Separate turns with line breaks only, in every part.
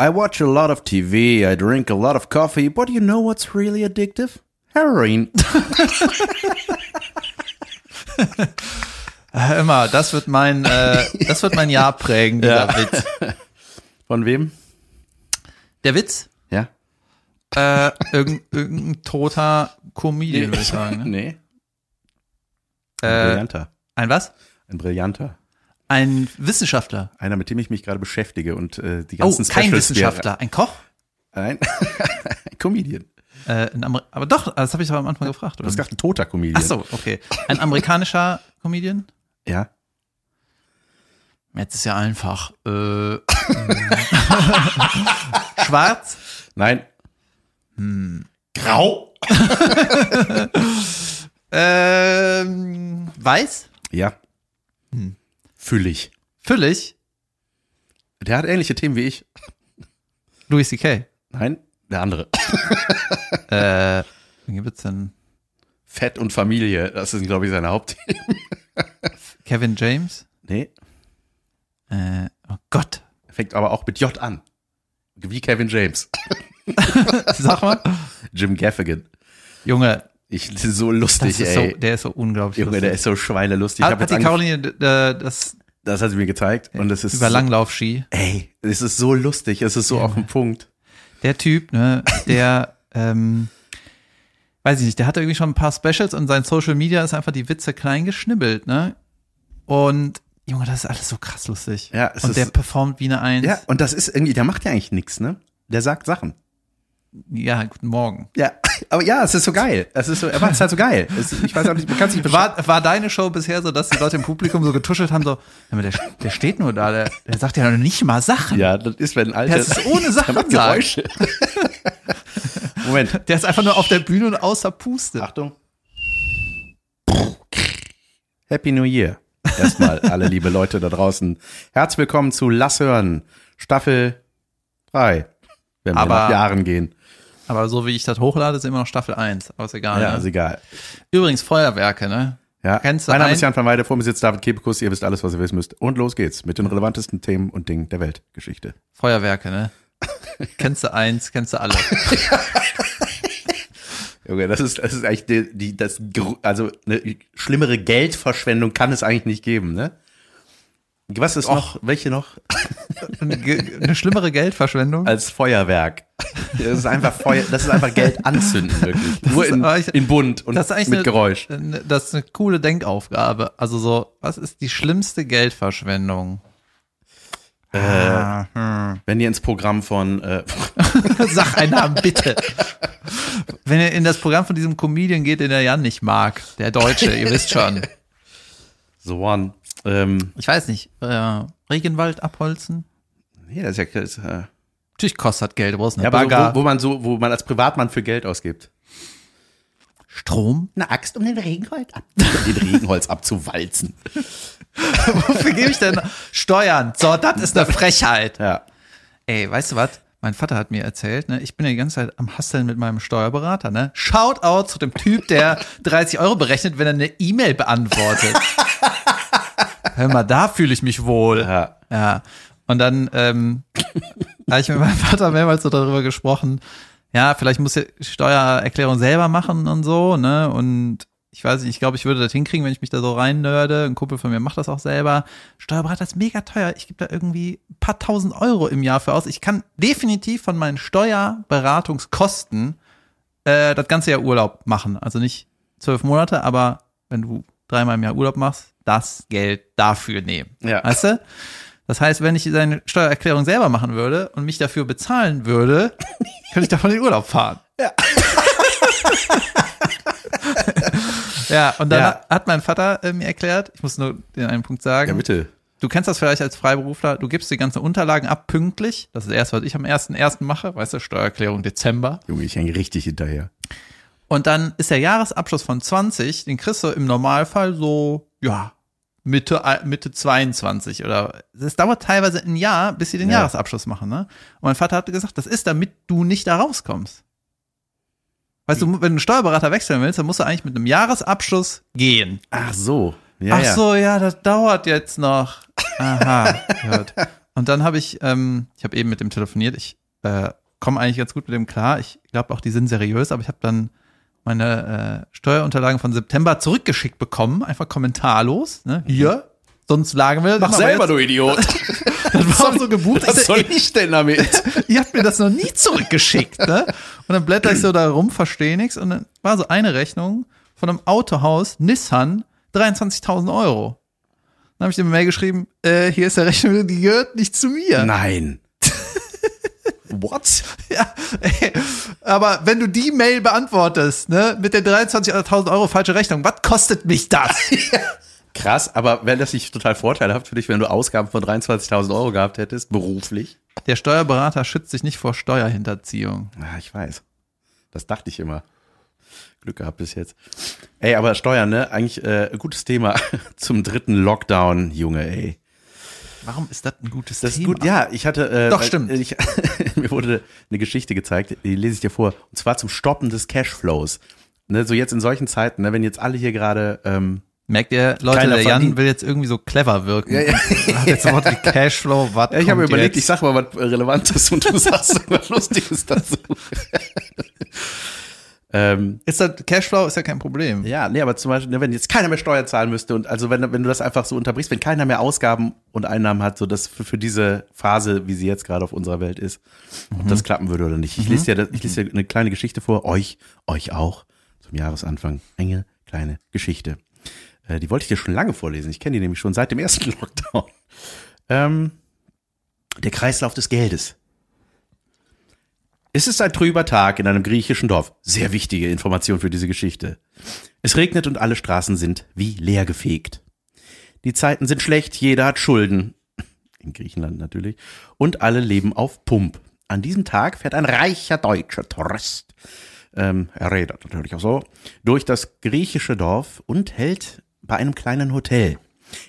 I watch a lot of TV, I drink a lot of coffee, but you know what's really addictive? Heroin.
Hör mal, das wird mein, äh, das wird mein Jahr prägen, dieser Witz.
Von wem?
Der Witz?
Ja.
Äh, irgendein, irgendein toter Comedian, würde ich sagen. Ne?
Nee. Ein
Äh,
Brillanter.
ein was?
Ein Brillanter.
Ein Wissenschaftler.
Einer, mit dem ich mich gerade beschäftige und äh, die
Oh,
ganzen
kein
Specials der-
Wissenschaftler. Ein Koch?
Ein ein Comedian.
Äh, ein Amer aber doch, das habe ich doch am Anfang gefragt.
Du
Oder?
hast
nicht?
gesagt, ein toter Comedian.
Ach so, okay. Ein amerikanischer Comedian?
Ja.
Jetzt ist ja einfach. Äh, ähm, Schwarz?
Nein.
Grau.
Ähm, weiß?
Ja. Hm. Füllig.
Füllig?
Der hat ähnliche Themen wie ich.
Louis C.K.
Nein, der andere.
Äh, wen gibt's denn?
Fett und Familie, das sind, glaube ich, seine Hauptthemen.
Kevin James?
Nee,
Äh, oh Gott.
fängt aber auch mit J an. Wie Kevin James.
Sag mal.
Jim Gaffigan.
Junge,
Ich, so
das
lustig,
ist so,
ey.
der ist so unglaublich
Junge,
lustig.
der ist so schweinelustig. Ich
hat,
hab
hat
jetzt ange-
die Caroline äh, das
das hat sie mir gezeigt und es ist
über Langlaufski.
So, ey, es ist so lustig, es ist so auf den Punkt.
Der Typ, ne, der, ähm, weiß ich nicht, der hatte irgendwie schon ein paar Specials und sein Social Media ist einfach die Witze klein geschnibbelt, ne? Und, Junge, das ist alles so krass lustig.
Ja, es
und der
ist-
performt wie eine Eins.
Ja, und das ist irgendwie, der macht ja eigentlich nichts, ne? Der sagt Sachen.
ja guten Morgen.
Ja, aber ja, es ist so geil. Es ist so, er macht es halt so geil. Es, ich weiß auch nicht, man kann es nicht bewahren.
War, war deine Show bisher so, dass die Leute im Publikum so getuschelt haben, so, "Hör mal, der, der steht nur da, der, der sagt ja noch nicht mal Sachen.
Ja, das ist, wenn ein alter.
Das ist ohne Sachen
Der macht
sagen.
Geräusche. Moment.
Der ist einfach nur auf der Bühne und außer Puste.
Achtung. Happy New Year. Erstmal alle liebe Leute da draußen. Herzlich willkommen zu Lass hören, Staffel 3. Wenn wir
Aber-
nach Jahren gehen.
Aber so wie ich das hochlade, ist immer noch Staffel 1. Aber ist egal.
Ah, Ja,
ne?
ist egal.
Übrigens, Feuerwerke, ne?
Ja.
Kennst du
mein Name
einen?
ist Jan van Weide, vor mir sitzt David Kebekus, ihr wisst alles, was ihr wissen müsst. Und los geht's mit den relevantesten Themen und Dingen der Weltgeschichte.
Feuerwerke, ne? kennst du eins, kennst du alle.
Junge, das ist, das ist eigentlich die, die, das, gr- also eine schlimmere Geldverschwendung kann es eigentlich nicht geben, ne? Was ist noch, welche noch?
Eine, ge- eine schlimmere Geldverschwendung.
Als Feuerwerk. Das ist einfach Feuer, das ist einfach Geld anzünden, wirklich. Nur
ist
in,
aber echt-
in bunt und
das ist eigentlich
mit
eine,
Geräusch.
eine- Das ist eine coole Denkaufgabe. Also so, was ist die schlimmste Geldverschwendung? Ah.
Ah. Äh, Wenn ihr ins Programm von, äh,
Sag einen Namen, bitte. Wenn ihr in das Programm von diesem Comedian geht, den der Jan nicht mag, der Deutsche, ihr wisst schon.
The One, ähm,
Ich weiß nicht, äh, Regenwald abholzen?
nee, das ist ja, das ist, äh,
Natürlich kostet das Geld, du brauchst eine
ja aber so,
Bagger.
wo, wo man so, wo man als Privatmann für Geld ausgibt.
Strom?
Eine Axt, um den Regenholz, ab, den Regenholz abzuwalzen.
Wofür gebe ich denn Steuern? So, das ist eine Frechheit.
Ja.
Ey, weißt du was? Mein Vater hat mir erzählt, ne, ich bin ja die ganze Zeit am Hasseln mit meinem Steuerberater, ne? Shoutout zu dem Typ, der 30 Euro berechnet, wenn er eine E-Mail beantwortet. Hör mal, da fühle ich mich wohl.
Ja.
Ja. Und dann ähm, habe ich mit meinem Vater mehrmals so darüber gesprochen. Ja, vielleicht muss ich Steuererklärung selber machen und so, ne? Und ich weiß nicht, ich glaube, ich würde das hinkriegen, wenn ich mich da so reinnörde. Ein Kumpel von mir macht das auch selber. Steuerberater ist mega teuer. Ich gebe da irgendwie ein paar tausend Euro im Jahr für aus. Ich kann definitiv von meinen Steuerberatungskosten äh, das ganze Jahr Urlaub machen. Also nicht zwölf Monate, aber wenn du dreimal im Jahr Urlaub machst, das Geld dafür nehmen.
Ja.
Weißt du? Das heißt, wenn ich seine Steuererklärung selber machen würde und mich dafür bezahlen würde, könnte ich davon in den Urlaub fahren. Ja. ja, und dann
Ja.
hat mein Vater äh, mir erklärt, ich muss nur den einen Punkt sagen,
Ja, bitte.
du kennst das vielleicht als Freiberufler, du gibst die ganzen Unterlagen ab pünktlich, das ist erst, was ich am 1.1. mache, weißt du, Steuererklärung Dezember.
Junge, ich hänge richtig hinterher.
Und dann ist der Jahresabschluss von 20, den kriegst du im Normalfall so, ja, Mitte, äh, Mitte 22 oder es dauert teilweise ein Jahr, bis sie den
Ja.
Jahresabschluss machen, ne? Und mein Vater hatte gesagt, das ist, damit du nicht da rauskommst. Weißt du, wenn du einen Steuerberater wechseln willst, dann musst du eigentlich mit einem Jahresabschluss gehen.
Ach so. Ja,
Ach
ja.
so, ja, das dauert jetzt noch. Aha, gut. und dann habe ich, ähm, ich habe eben mit dem telefoniert. Ich äh, komme eigentlich ganz gut mit dem klar. Ich glaube auch, die sind seriös, aber ich habe dann meine äh, Steuerunterlagen von September zurückgeschickt bekommen, einfach kommentarlos. Ne? Hier, sonst lagen wir.
Mhm. Mach
aber
selber,
jetzt,
du Idiot.
das eh war auch so gebucht. Ich
Was
so,
soll ich denn damit?
ihr habt mir das noch nie zurückgeschickt, ne? Und dann blätter ich so da rum, verstehe nichts. Und dann war so eine Rechnung von einem Autohaus, Nissan, 23.000 Euro. Dann habe ich dem Mail geschrieben, äh, hier ist der Rechnung, die gehört nicht zu mir.
Nein. What?
Ja, ey, aber wenn du die Mail beantwortest, ne, mit den 23.000 Euro falsche Rechnung, was kostet mich das?
Krass, aber wäre das nicht total vorteilhaft für dich, wenn du Ausgaben von 23.000 Euro gehabt hättest, beruflich?
Der Steuerberater schützt sich nicht vor Steuerhinterziehung.
Ja, Ah, ich weiß. Das dachte ich immer. Glück gehabt bis jetzt. Ey, aber Steuern, ne? Eigentlich äh, gutes Thema zum dritten Lockdown, Junge, ey.
Warum ist das ein gutes
Das ist
Thema?
gut, ja, ich hatte. Äh,
Doch,
weil-
stimmt.
Ich, mir wurde eine Geschichte gezeigt, die lese ich dir vor. Und zwar zum Stoppen des Cashflows. Ne, so jetzt in solchen Zeiten, ne, wenn jetzt alle hier gerade ähm,
Merkt ihr, Leute,
Keiner
der Jan
verdient.
will jetzt irgendwie so clever wirken.
Ja, ja.
Hat jetzt Wort wie Cashflow, was
Ja, ich habe
kommt
überlegt, ich
jetzt?
sag mal was Relevantes und du sagst was Lustiges dazu. ähm,
Ist das, Cashflow ist ja kein Problem.
ja, nee, aber zum Beispiel, ne, wenn jetzt keiner mehr Steuern zahlen müsste und also wenn, wenn du das einfach so unterbrichst, wenn keiner mehr Ausgaben und Einnahmen hat, so dass für, für diese Phase, wie sie jetzt gerade auf unserer Welt ist, ob das klappen würde oder nicht. Ich lese dir, das- ich lese dir eine kleine Geschichte vor, euch, euch auch, zum Jahresanfang. Enge, kleine Geschichte. Äh, die wollte ich dir schon lange vorlesen. Ich kenne die nämlich schon seit dem ersten Lockdown. Ähm, der Kreislauf des Geldes. Es ist ein trüber Tag in einem griechischen Dorf. Sehr wichtige Information für diese Geschichte. Es regnet und alle Straßen sind wie leer gefegt. Die Zeiten sind schlecht, jeder hat Schulden. In Griechenland natürlich. Und alle leben auf Pump. An diesem Tag fährt ein reicher deutscher Tourist, ähm, er redet natürlich auch so, durch das griechische Dorf und hält bei einem kleinen Hotel.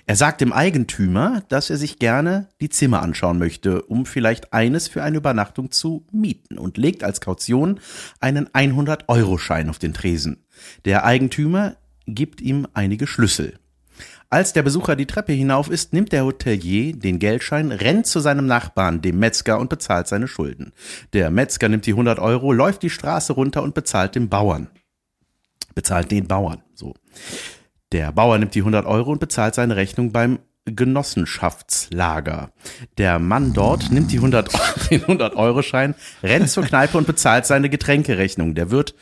Er sagt dem Eigentümer, dass er sich gerne die Zimmer anschauen möchte, um vielleicht eines für eine Übernachtung zu mieten und legt als Kaution einen 100-Euro-Schein auf den Tresen. Der Eigentümer gibt ihm einige Schlüssel. Als der Besucher die Treppe hinauf ist, nimmt der Hotelier den Geldschein, rennt zu seinem Nachbarn, dem Metzger, und bezahlt seine Schulden. Der Metzger nimmt die 100 Euro, läuft die Straße runter und bezahlt den Bauern. Bezahlt den Bauern, so. Der Bauer nimmt die 100 Euro und bezahlt seine Rechnung beim Genossenschaftslager. Der Mann dort nimmt die 100 Euro- den 100-Euro-Schein, rennt zur Kneipe und bezahlt seine Getränkerechnung. Der Wirt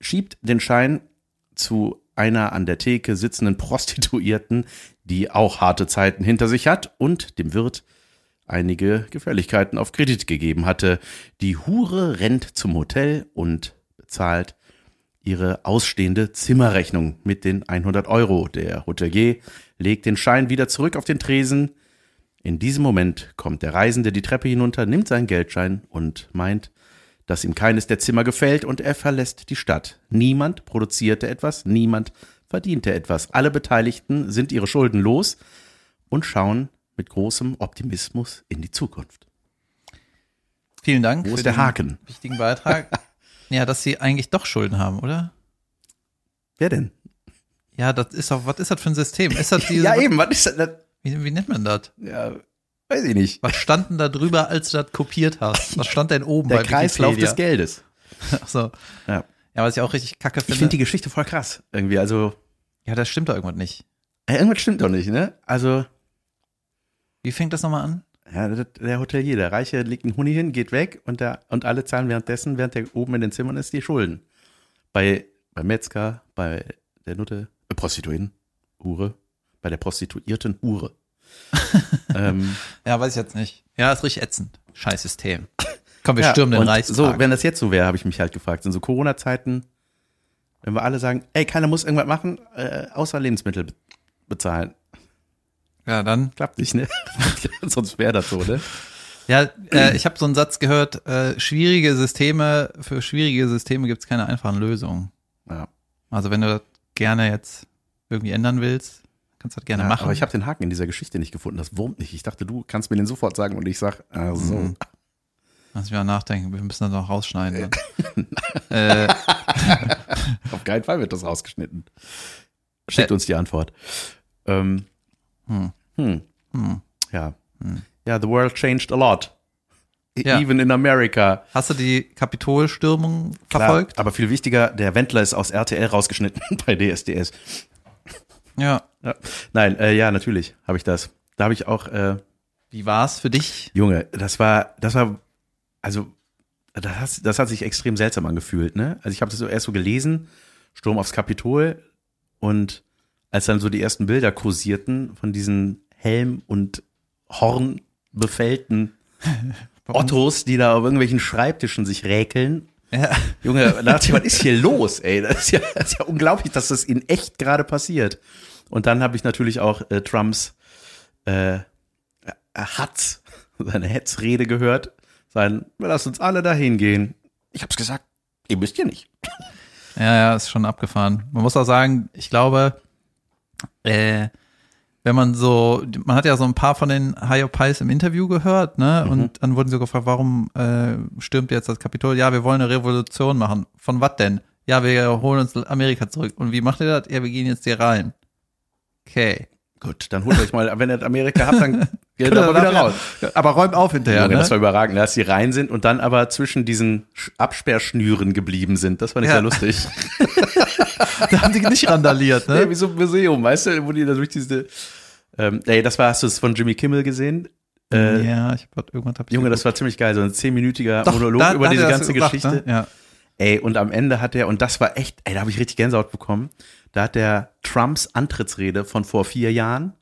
schiebt den Schein zu einer an der Theke sitzenden Prostituierten, die auch harte Zeiten hinter sich hat und dem Wirt einige Gefälligkeiten auf Kredit gegeben hatte. Die Hure rennt zum Hotel und bezahlt ihre ausstehende Zimmerrechnung mit den 100 Euro. Der Hotelier legt den Schein wieder zurück auf den Tresen. In diesem Moment kommt der Reisende die Treppe hinunter, nimmt seinen Geldschein und meint, dass ihm keines der Zimmer gefällt und er verlässt die Stadt. Niemand produzierte etwas, niemand verdiente etwas. Alle Beteiligten sind ihre Schulden los und schauen mit großem Optimismus in die Zukunft.
Vielen Dank
Wo
für
ist der
diesen
Haken?
wichtigen Beitrag. ja, dass sie eigentlich doch Schulden haben, oder?
Wer denn?
Ja, das ist doch, was ist das für ein System? Ist das diese,
Ja, eben, was ist das? das?
Wie, wie nennt man das?
Ja, weiß ich nicht.
Was stand denn da drüber, als du das kopiert hast? Was stand denn oben
Der
bei
Kreislauf des
Wikipedia?
Geldes.
Ach so.
Ja.
ja, was ich auch richtig kacke
Ich
finde.
finde die Geschichte voll krass. Irgendwie, also,
ja, das stimmt doch irgendwas nicht.
äh, irgendwas stimmt doch nicht, ne? Also,
Wie fängt das nochmal an?
ja, das- der Hotelier, der Reiche legt einen Huni hin, geht weg und, der, und alle zahlen währenddessen, während der oben in den Zimmern ist, die Schulden. Bei, bei Metzger, bei der Nutte, äh, Prostituierten, Hure, bei der Prostituierten Hure. ähm,
Ja, weiß ich jetzt nicht. Ja, ist richtig ätzend. Scheiß System. Komm, wir
Ja,
stürmen den
und
Reichstag.
So, wenn das jetzt so wäre, habe ich mich halt gefragt. In so Corona-Zeiten, wenn wir alle sagen, ey, keiner muss irgendwas machen, äh, außer Lebensmittel be- bezahlen.
ja, dann.
Klappt nicht, ne? Sonst wäre das so, ne?
Ja, äh, ich habe so einen Satz gehört, äh, schwierige Systeme, für schwierige Systeme gibt es keine einfachen Lösungen.
Ja.
Also wenn du das gerne jetzt irgendwie ändern willst, kannst du das gerne
Ja,
machen.
Aber ich habe den Haken in dieser Geschichte nicht gefunden. Das wurmt nicht. Ich dachte, du kannst mir den sofort sagen und ich sag, ah, so.
Mhm. Lass mich mal nachdenken, wir müssen das noch rausschneiden. Dann. äh,
Auf keinen Fall wird das rausgeschnitten. Schickt
Äh.
uns die Antwort. Ähm,
hm,
hm,
hm.
ja.
Hm.
Ja, the world changed a lot. E-
Ja.
Even in America.
Hast du die Kapitolstürmung
Klar,
verfolgt?
Aber viel wichtiger, der Wendler ist aus RTL rausgeschnitten bei DSDS.
Ja.
Ja. Nein, äh, ja, natürlich habe ich das. Da habe ich auch, äh,
Wie war's für dich?
Junge, das war, das war, also, das, hat- das hat sich extrem seltsam angefühlt, ne? Also ich habe das so erst so gelesen, Sturm aufs Kapitol und als dann so die ersten Bilder kursierten von diesen Helm- und Hornbefällten Ottos, die da auf irgendwelchen Schreibtischen sich räkeln.
Ja.
Junge, da dachte ich, was ist hier los, ey? Das ist ja, das ist ja unglaublich, dass das in echt gerade passiert. Und dann habe ich natürlich auch äh, Trumps äh, Hatz, seine Hetzrede gehört, sein, lass uns alle dahin gehen. Ich hab's gesagt, ihr müsst hier nicht.
Ja, ja, ist schon abgefahren. Man muss auch sagen, ich glaube, äh, wenn man so, man hat ja so ein paar von den High Pies im Interview gehört, ne?
Mhm.
Und dann wurden sie gefragt, warum äh, stürmt jetzt das Kapitol? Ja, wir wollen eine Revolution machen. Von was denn? Ja, wir holen uns Amerika zurück. Und wie macht ihr das? Ja, wir gehen jetzt hier rein. Okay.
Gut, dann holt euch mal, wenn ihr Amerika habt, dann geht
Könnt ihr
aber
dann
wieder
auch
raus.
wieder- Genau, Aber räumt auf hinterher,
Junge,
ne?
Das war überragend, dass die rein sind und dann aber zwischen diesen Sch- Absperrschnüren geblieben sind. Das fand ich
Ja.
sehr lustig.
da haben die nicht randaliert,
Nee,
ne?
wie so ein Museum, weißt du, wo die da durch diese. Ähm, ey, das war, hast du es von Jimmy Kimmel gesehen? Äh,
ja, ich hab irgendwann hab ich
Junge, das war ziemlich geil, so ein zehnminütiger
Doch,
Monolog
da-
über
da hat er
diese
das
ganze
gebracht,
Geschichte.
Ne? Ja.
Ey, und am Ende hat er, und das war echt, ey, da habe ich richtig Gänsehaut bekommen, da hat der Trumps Antrittsrede von vor vier Jahren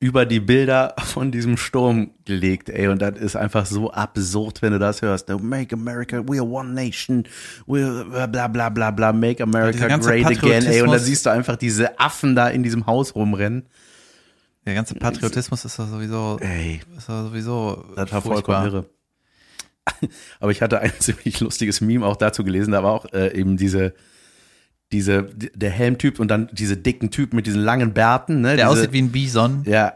über die Bilder von diesem Sturm gelegt, ey, und das ist einfach so absurd, wenn du das hörst. Make America, we are one nation, we are bla bla bla bla, make America
Also Dieser ganze
great again, ey, und
Patriotismus.
dann siehst du einfach diese Affen da in diesem Haus rumrennen.
Der ganze Patriotismus ist doch sowieso,
Ey,
ist doch sowieso.
Äh. Das war
furchtbar.
vollkommen irre. Aber ich hatte ein ziemlich lustiges Meme auch dazu gelesen, da war auch äh, eben diese, diese, d- der Helmtyp und dann diese dicken Typen mit diesen langen Bärten, ne?
Der
diese,
aussieht wie ein Bison.
Ja.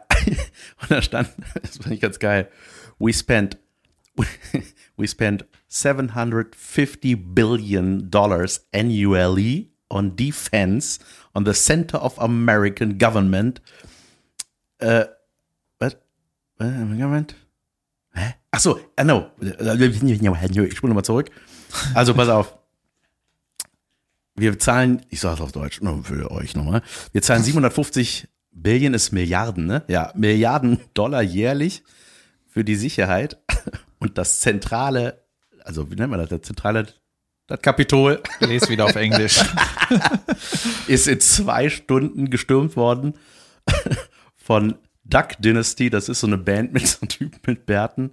Und da stand, das fand ich ganz geil. We spent, we spent 750 billion dollars annually on defense on the center of American government. Äh, was? Äh, Government? Hä? Ach so, äh, no. Ich spule nochmal zurück. Also, pass auf. Wir zahlen, ich sage es auf Deutsch, nur für euch nochmal. Wir zahlen 750 Billion ist Milliarden, ne? Ja, Milliarden Dollar jährlich für die Sicherheit und das zentrale, also wie nennt man das? Das zentrale, das Kapitol
Lest wieder auf Englisch.
ist in zwei Stunden gestürmt worden von Duck Dynasty. Das ist so eine Band mit so einem Typen mit Bärten.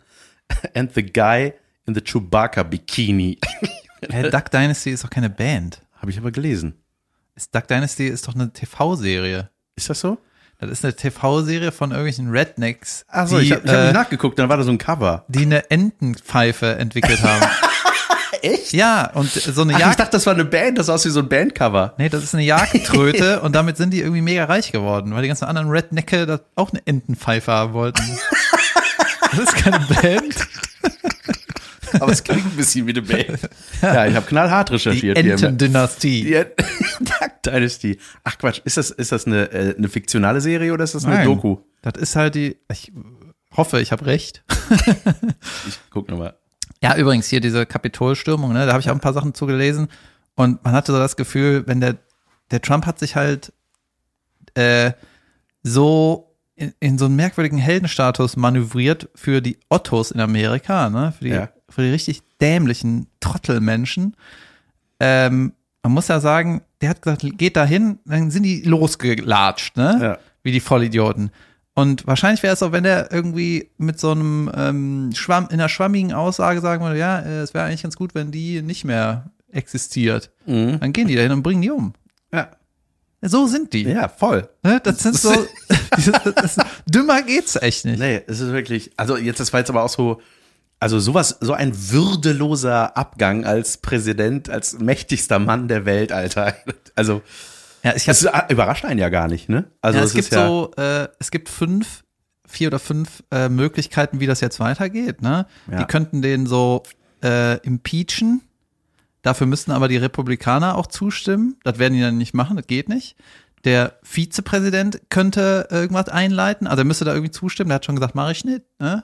And the guy in the Chewbacca Bikini.
Hä, Duck Dynasty ist doch keine Band.
Habe ich aber gelesen.
Ist Duck Dynasty ist doch eine TV-Serie.
Ist das so?
Das ist eine TV-Serie von irgendwelchen Rednecks,
Achso,
die,
ich habe hab
äh,
nicht nachgeguckt, dann war da so ein Cover.
die eine Entenpfeife entwickelt haben.
Echt?
Ja, und so eine
Ach, ich
Jagd.
dachte, das war eine Band, das aussieht wie so ein Bandcover.
Nee, das ist eine Jagdtröte und damit sind die irgendwie mega reich geworden, weil die ganzen anderen Rednecke da auch eine Entenpfeife haben wollten. Das ist keine Band.
Aber es klingt ein bisschen wie eine Band. Ja, ich habe knallhart
Die
recherchiert.
Entendynastie.
Die Ent- Duck Dynasty. Ach Quatsch, ist das, ist das eine, äh, eine fiktionale Serie oder ist das eine
Nein.
Doku?
Das ist halt die. Ich hoffe, ich habe recht.
Ich guck nochmal.
Ja, übrigens hier diese Kapitolstürmung, ne, da habe ich auch ein paar Sachen zugelesen und man hatte so das Gefühl, wenn der der Trump hat sich halt äh, so in, in so einen merkwürdigen Heldenstatus manövriert für die Ottos in Amerika, ne, für die
Ja.
für die richtig dämlichen Trottelmenschen. Ähm, man muss ja sagen, der hat gesagt, geht dahin, dann sind die losgelatscht, ne?
Ja.
Wie die Vollidioten. Und wahrscheinlich wäre es auch, wenn der irgendwie mit so einem ähm, Schwamm, in einer schwammigen Aussage sagen würde, ja, äh, es wäre eigentlich ganz gut, wenn die nicht mehr existiert.
Mhm.
Dann gehen die dahin und bringen die um.
Ja.
So sind die.
ja, voll.
Ne? Das sind so, das, das, dümmer geht's echt nicht.
Nee, es ist wirklich, also jetzt, das war jetzt aber auch so, also sowas, so ein würdeloser Abgang als Präsident, als mächtigster Mann der Welt, Alter. Also,
Ja, ich hab,
das ist- ah, überrascht einen ja gar nicht, ne? Also,
ja,
es,
es gibt
ist ja,
so, äh, es gibt fünf, vier oder fünf äh, Möglichkeiten, wie das jetzt weitergeht. Ne?
Ja.
Die könnten den so äh, impeachen. Dafür müssten aber die Republikaner auch zustimmen. Das werden die dann nicht machen, das geht nicht. der Vizepräsident könnte äh, irgendwas einleiten, also er müsste da irgendwie zustimmen, der hat schon gesagt, mache ich nicht. Ne?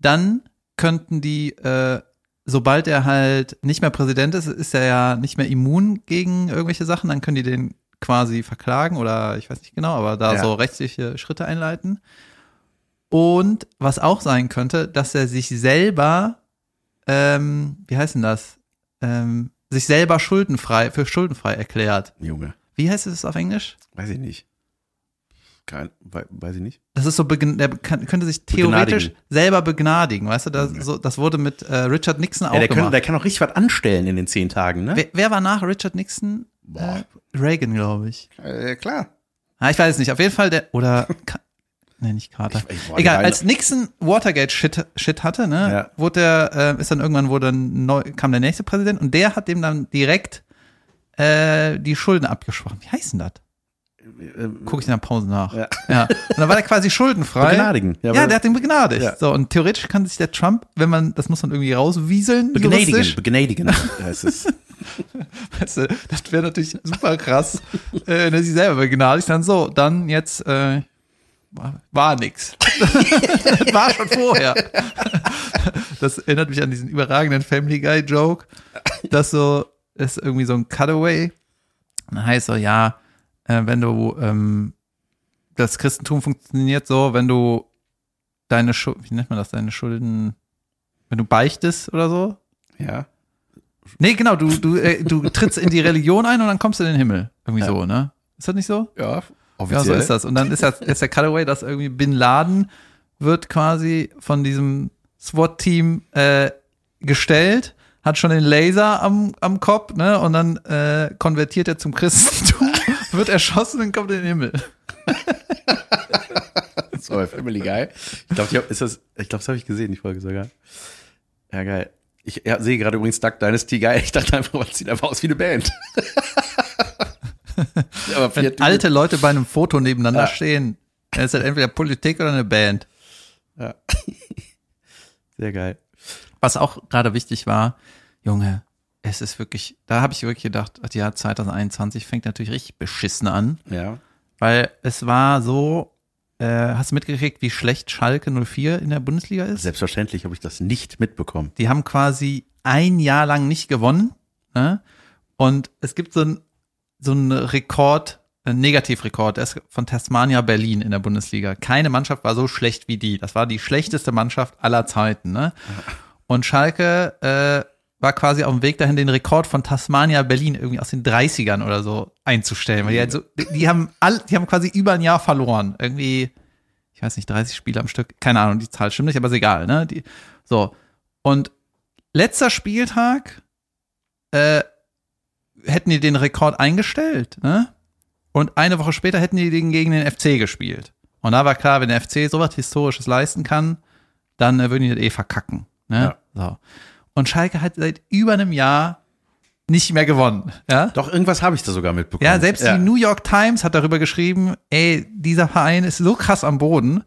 Dann könnten die, äh, sobald er halt nicht mehr Präsident ist, ist er ja nicht mehr immun gegen irgendwelche Sachen, dann können die den quasi verklagen oder ich weiß nicht genau, aber da
Ja.
so rechtliche Schritte einleiten. Und was auch sein könnte, dass er sich selber, ähm, wie heißt denn das, ähm, sich selber schuldenfrei, für schuldenfrei erklärt.
Junge,
Wie heißt es auf Englisch?
weiß ich nicht. Kein, wei- weiß ich nicht.
Das ist so, begn- der kann, könnte sich theoretisch
Begnadigen.
selber begnadigen, weißt du? Das, so, das wurde mit äh, Richard Nixon auch
Ja, der,
gemacht.
kann, der kann auch richtig was anstellen in den zehn Tagen, ne?
wer, wer war nach Richard Nixon? Äh,
Boah.
Reagan, glaube ich.
Äh, klar.
Ah, ich weiß es nicht. Auf jeden Fall der, oder, Ka- nee, nicht Carter.
Ich- ich war
Egal,
nicht
als Nixon Watergate-Shit Shit hatte, ne,
Ja.
wurde der, äh, ist dann irgendwann wurde ein neu, kam der nächste Präsident und der hat dem dann direkt äh, die Schulden abgesprochen. Wie heißt denn das?
Ähm,
Gucke ich in der Pause nach. Ja.
Ja.
Und dann war der quasi schuldenfrei.
Begnadigen.
Ja,
Ja, aber-
der hat ihn begnadigt.
Ja.
So, und theoretisch kann sich der Trump, wenn man, das muss man irgendwie rauswieseln,
Begnadigen,
juristisch.
begnadigen. heißt es.
Weißt du, das wäre natürlich super krass, äh, wenn er sich selber begnadigt. Dann so, dann jetzt äh, war, war nix. das war schon vorher. Das erinnert mich an diesen überragenden Family Guy Joke, dass so ist irgendwie so ein Cutaway. Dann heißt so, ja, äh, wenn du ähm, das Christentum funktioniert so, wenn du deine Schulden, wie nennt man das, deine Schulden, wenn du beichtest oder so,
ja.
Nee, genau, du, du, äh, du trittst in die Religion ein und dann kommst du in den Himmel. Irgendwie so, ne? Ist das nicht so?
Ja,
Ja,
offiziell.
so ist das. Und dann ist das ist der Cutaway, dass irgendwie Bin Laden wird quasi von diesem SWAT-Team äh, gestellt, hat schon den Laser am, am Kopf, ne? Und dann äh, konvertiert er zum Christentum, wird erschossen und kommt in den Himmel.
Das war bei Family Guy. Ich glaube, ich hab, ist das, ich glaub, das habe ich gesehen, die Folge sogar. Ja, geil. Ich ja, sehe gerade übrigens Duck Dynasty geil. Ich dachte einfach, man sieht einfach aus wie eine Band. Aber vier
Wenn
Typen-
alte Leute bei einem Foto nebeneinander
Ja.
stehen, dann ist das entweder Politik oder eine Band.
Sehr geil.
Was auch gerade wichtig war, Junge, es ist wirklich, da habe ich wirklich gedacht, das Jahr 2021 fängt natürlich richtig beschissen an,
Ja.
weil es war so, äh, hast du mitgekriegt, wie schlecht Schalke 04 in der Bundesliga ist?
Selbstverständlich habe ich das nicht mitbekommen.
Die haben quasi ein Jahr lang nicht gewonnen. Ne? Und es gibt so einen so einen Rekord, einen Negativrekord, der ist von Tasmania Berlin in der Bundesliga. Keine Mannschaft war so schlecht wie die. Das war die schlechteste Mannschaft aller Zeiten. Ne? Und Schalke äh, war quasi auf dem Weg dahin, den Rekord von Tasmania Berlin irgendwie aus den 30ern oder so einzustellen. Weil die, halt so, die, die haben all, die haben quasi über ein Jahr verloren. Irgendwie, ich weiß nicht, 30 Spiele am Stück. Keine Ahnung, die Zahl stimmt nicht, aber ist egal. Ne? Die, so. Und letzter Spieltag äh, hätten die den Rekord eingestellt, ne? Und eine Woche später hätten die den gegen den FC gespielt. Und da war klar, wenn der FC sowas Historisches leisten kann, dann äh, würden die das eh verkacken. Ne? So. Und Schalke hat seit über einem Jahr nicht mehr gewonnen. Ja,
Doch, irgendwas habe ich da sogar mitbekommen.
ja selbst die New York Times hat darüber geschrieben, ey, dieser Verein ist so krass am Boden.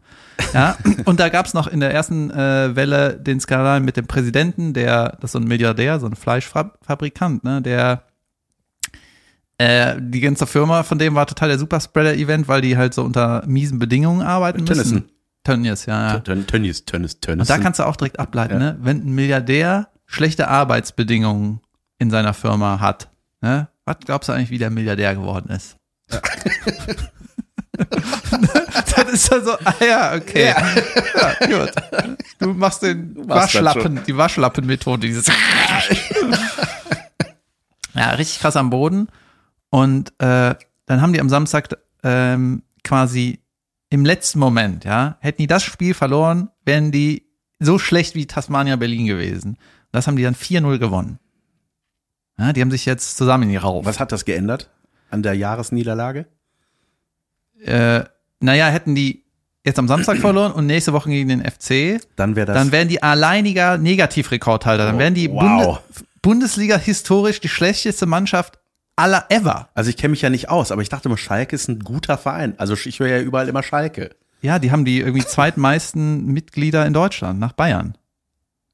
Ja, und da gab's noch in der ersten äh, Welle den Skandal mit dem Präsidenten, der, das ist so ein Milliardär, so ein Fleischfabrikant, ne, der äh, die ganze Firma von dem war total der Superspreader-Event, weil die halt so unter miesen Bedingungen arbeiten müssen.
Tennyson.
Tönnies, ja, ja.
Tön- Tönnies, Tönnies, Tönnies.
Und da kannst du auch direkt ableiten,
Ja.
ne? wenn ein Milliardär schlechte Arbeitsbedingungen in seiner Firma hat, ne? was glaubst du eigentlich, wie der Milliardär geworden ist? Ne? das ist dann so, ah ja, okay. Ja, gut. Du machst den
machst das
Waschlappen, die Waschlappen-Methode, dieses Ja, richtig krass am Boden. Und äh, dann haben die am Samstag ähm, quasi im letzten Moment, ja, hätten die das Spiel verloren, wären die so schlecht wie Tasmania Berlin gewesen. Und das haben die dann 4-0 gewonnen. Ja, die haben sich jetzt zusammengerauft.
Was hat das geändert an der Jahresniederlage?
Äh, naja, hätten die jetzt am Samstag verloren und nächste Woche gegen den FC,
Dann wäre das.
dann wären die alleiniger Negativrekordhalter. Dann wären die
Oh,
Bunde
wow.
Bundesliga historisch die schlechteste Mannschaft aller ever.
also ich kenne mich ja nicht aus, aber ich dachte immer, Schalke ist ein guter Verein. Also ich höre ja überall immer Schalke.
Ja, die haben die irgendwie zweitmeisten Mitglieder in Deutschland nach Bayern.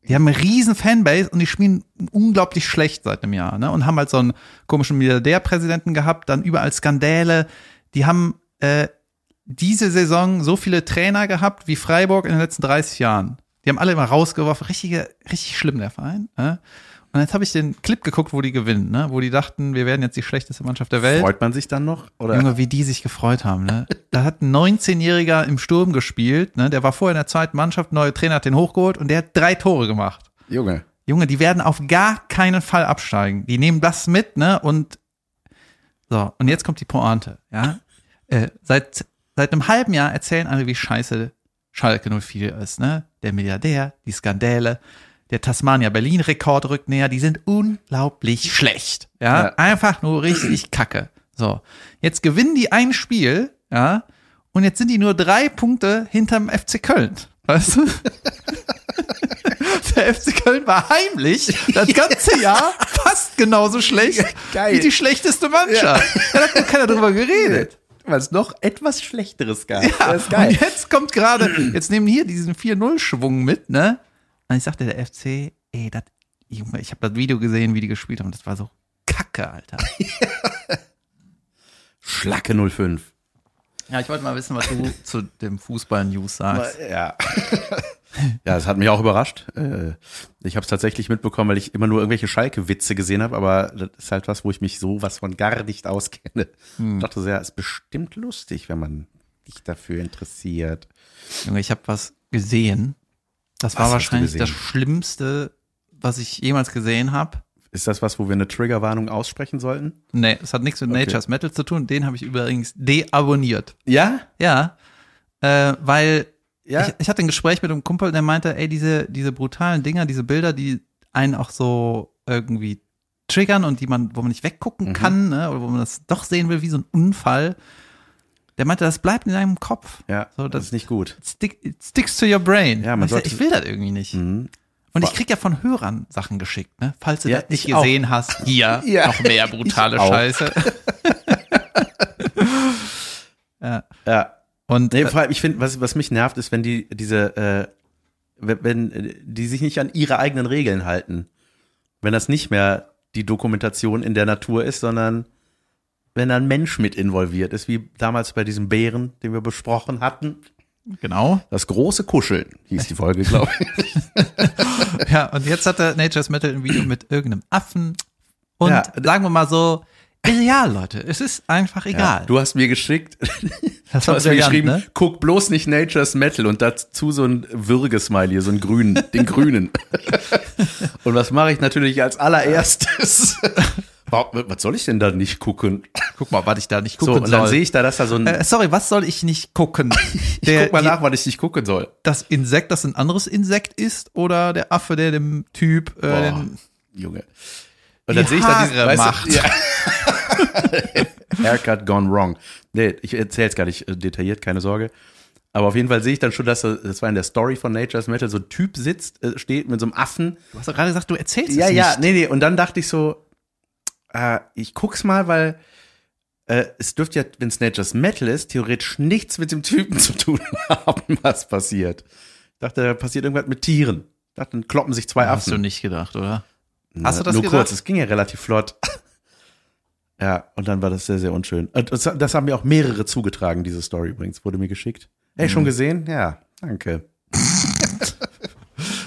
Die haben eine riesen Fanbase und die spielen unglaublich schlecht seit einem Jahr, ne? Und haben halt so einen komischen Milliardärpräsidenten gehabt, dann überall Skandale. die haben äh, diese Saison so viele Trainer gehabt wie Freiburg in den letzten 30 Jahren. Die haben alle immer rausgeworfen. Richtige, richtig schlimm, der Verein. Ne? Und jetzt habe ich den Clip geguckt, wo die gewinnen, ne? wo die dachten, wir werden jetzt die schlechteste Mannschaft der Welt.
Freut man sich dann noch? Oder?
Äh? Junge, wie die sich gefreut haben. Ne? Da hat ein 19-Jähriger im Sturm gespielt. Ne? Der war vorher in der zweiten Mannschaft. Neuer Trainer hat den hochgeholt und der hat drei Tore gemacht.
Junge.
Junge, die werden auf gar keinen Fall absteigen. Die nehmen das mit, ne? Und so, und jetzt kommt die Pointe, ja? Äh, seit, seit einem halben Jahr erzählen alle, wie scheiße Schalke 04 ist, ne? Der Milliardär, die Skandale, der Tasmania-Berlin-Rekord rückt näher, die sind unglaublich schlecht, ja?
Ja.
Einfach nur richtig kacke. So, jetzt gewinnen die ein Spiel, ja? Und jetzt sind die nur drei Punkte hinterm FC Köln, weißt du? Der FC Köln war heimlich das ganze Jahr fast genauso schlecht
Geil.
wie die schlechteste Mannschaft. Da hat nur keiner drüber geredet.
Weil es noch etwas Schlechteres gab.
Ja, Und jetzt kommt gerade, jetzt nehmen die hier diesen 4-0-Schwung mit, ne? Und ich sagte, der FC, ey, das, Junge, ich habe das Video gesehen, wie die gespielt haben. Das war so kacke, Alter.
Schlacke 05.
Ja, ich wollte mal wissen, was du zu dem Fußball-News sagst.
Ja. Ja, das hat mich auch überrascht. Äh, Ich habe es tatsächlich mitbekommen, weil ich immer nur irgendwelche Schalke-Witze gesehen habe, aber das ist halt was, wo ich mich sowas von gar nicht auskenne.
Hm.
Ich dachte sehr, ist bestimmt lustig, wenn man dich dafür interessiert.
Junge, ich habe was gesehen. Das
Was
war
hast du
wahrscheinlich
gesehen?
das Schlimmste, was ich jemals gesehen habe.
Ist das was, wo wir eine Triggerwarnung aussprechen sollten?
Nee, es hat nichts mit
Okay.
Nature's Metal zu tun. Den habe ich übrigens deabonniert.
Ja?
Ja, äh, weil
Ja.
ich, ich hatte ein Gespräch mit einem Kumpel, der meinte, ey, diese, diese brutalen Dinger, diese Bilder, die einen auch so irgendwie triggern und die man, wo man nicht weggucken
Mhm.
kann, ne, oder wo man das doch sehen will, wie so ein Unfall. Der meinte, das bleibt in deinem Kopf.
ja,
So,
das,
das-
ist nicht gut.
It, stick, it sticks to your brain.
Ja, man
ich, sag,
sollte-
ich will das irgendwie nicht.
Mhm.
Und ich krieg ja von Hörern Sachen geschickt, ne? Falls du
Ja,
das nicht
ich auch.
gesehen hast, hier
Ja,
noch mehr brutale
ich auch.
Scheiße.
Ja.
Und äh,
Nee, vor allem, ich finde, was, was mich nervt, ist, wenn die diese, äh, wenn, wenn äh, die sich nicht an ihre eigenen Regeln halten. Wenn das nicht mehr die Dokumentation in der Natur ist, sondern wenn da ein Mensch mit involviert ist, wie damals bei diesem Bären, den wir besprochen hatten.
genau.
Das große Kuscheln hieß die Folge, glaube ich.
Ja, und jetzt hat der Nature's Metal ein Video mit irgendeinem Affen. Und
Ja.
sagen wir mal so, egal, Leute, es ist einfach egal.
du hast mir geschickt,
das
du
war
hast mir
brillant,
geschrieben,
ne?
guck bloß nicht Nature's Metal und dazu so ein Würgesmiley, so einen grünen, den grünen. und was mache ich natürlich als allererstes? Warum- was soll ich denn da nicht gucken?
Guck mal, was ich da nicht
So,
gucken
und
soll.
dann sehe ich da, dass da so ein.
äh, sorry, was soll ich nicht gucken? Der, Äh,
guck mal
die,
nach, was ich nicht gucken soll.
Das Insekt, das ein anderes Insekt ist, oder der Affe, der dem Typ äh,
Boah,
den
Junge. Und
Die
dann sehe ich da diesen,
Haare
weißt du, ja. Haircut gone wrong. Nee, ich erzähle es gar nicht äh, detailliert, keine Sorge. Aber auf jeden Fall sehe ich dann schon, dass äh, das war in der Story von Nature's Metal, so ein Typ sitzt, äh, steht mit so einem Affen.
Du hast doch gerade gesagt, du erzählst
Ja,
es
ja,
nicht.
nee, nee. Und dann dachte ich so, äh, ich guck's mal, weil äh, es dürfte ja, wenn es Nature's Metal ist, theoretisch nichts mit dem Typen zu tun haben, was passiert. Ich dachte, da passiert irgendwas mit Tieren. Ich dachte, dann kloppen sich zwei
Hast du
Affen.
nicht gedacht, oder?
Na,
hast du das
Nur
gedacht?
kurz, es ging ja relativ flott. ja, und dann war das sehr, sehr unschön. Und das, das haben mir auch mehrere zugetragen, diese Story übrigens, wurde mir geschickt. Ey,
Mhm.
schon gesehen? Ja, danke.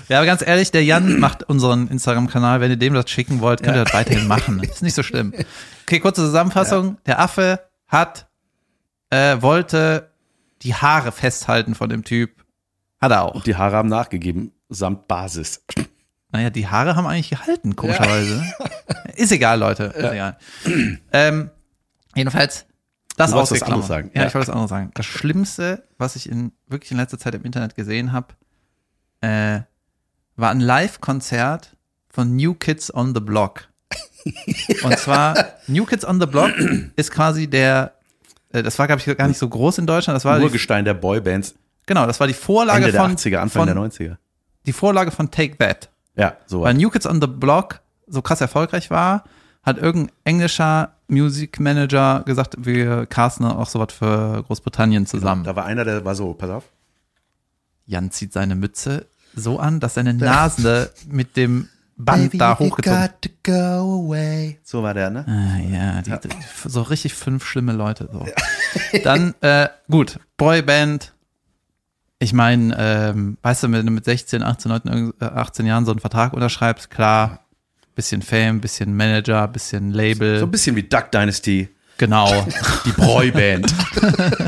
Ja, aber ganz ehrlich, der Jan macht unseren Instagram-Kanal. Wenn ihr dem das schicken wollt, könnt ihr das weiterhin machen. Ist nicht so schlimm. Okay, kurze Zusammenfassung. Der Affe hat, äh, wollte die Haare festhalten von dem Typ. Hat er auch.
Und die Haare haben nachgegeben, samt Basis.
Naja, die Haare haben eigentlich gehalten, komischerweise. Ist egal, Leute. Ist egal. Ähm, jedenfalls, das
Du wolltest was
ausgeklammert.
anderes sagen.
Ja,
Ja.
ich wollte das andere sagen. Das Schlimmste, was ich in wirklich in letzter Zeit im Internet gesehen habe, äh, war ein Live-Konzert von New Kids on the Block. Und zwar, New Kids on the Block ist quasi der, äh, das war, glaube ich, gar nicht so groß in Deutschland, das war, die,
Urgestein der Boybands,
genau, das war die Vorlage
Ende der
von,
80er, Anfang
von
der 90er.
die Vorlage von Take That.
Ja, so
Weil New Kids on the Block so krass erfolgreich war, hat irgendein englischer Music Manager gesagt, wir casten auch sowas für Großbritannien zusammen.
Da war einer, der war so, pass auf.
Jan zieht seine Mütze so an, dass seine Nase mit dem Band da hochgezogen.
got to go away. So war der, ne?
Ah, ja, die, die- so richtig fünf schlimme Leute. So. Dann, äh, gut, Boyband. Ich meine, ähm, weißt du, wenn du mit 16, 18, 19, irgend- äh, 18 Jahren so einen Vertrag unterschreibst, klar, bisschen Fame, bisschen Manager, bisschen Label.
So ein bisschen wie Duck Dynasty,
genau.
die Boyband.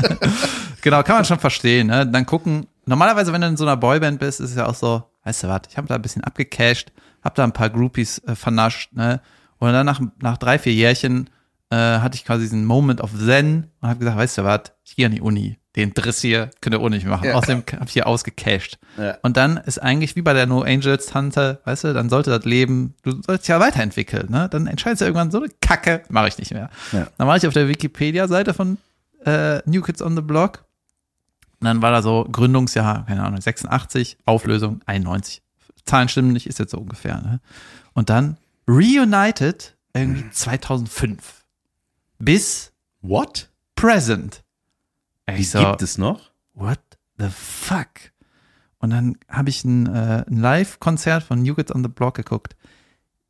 Genau, kann man schon verstehen. Ne? Dann gucken. Normalerweise, wenn du in so einer Boyband bist, ist es ja auch so, weißt du was, ich habe da ein bisschen abgecasht, habe da ein paar Groupies äh, vernascht. Ne? Und dann nach, nach drei, vier Jährchen äh, hatte ich quasi diesen Moment of Zen und habe gesagt, weißt du was, ich gehe an die Uni. Den Driss hier könnt ihr auch nicht machen.
Ja.
Außerdem habe ich hier ausgecasht.
Ja.
Und dann ist eigentlich wie bei der No Angels Tante, weißt du, dann sollte das Leben, du sollst dich ja weiterentwickeln, ne? Dann entscheidest du irgendwann so eine Kacke, mache ich nicht mehr.
Ja.
Dann war ich auf der Wikipedia-Seite von äh, New Kids on the Block. Und dann war da so Gründungsjahr, keine Ahnung, 86, Auflösung 91. Zahlen stimmen nicht, ist jetzt so ungefähr. Ne? Und dann Reunited irgendwie 2005 bis
What?
Present.
Die
Ich so,
gibt es noch?
what the fuck? Und dann habe ich ein, äh, ein Live-Konzert von New Kids on the Block geguckt.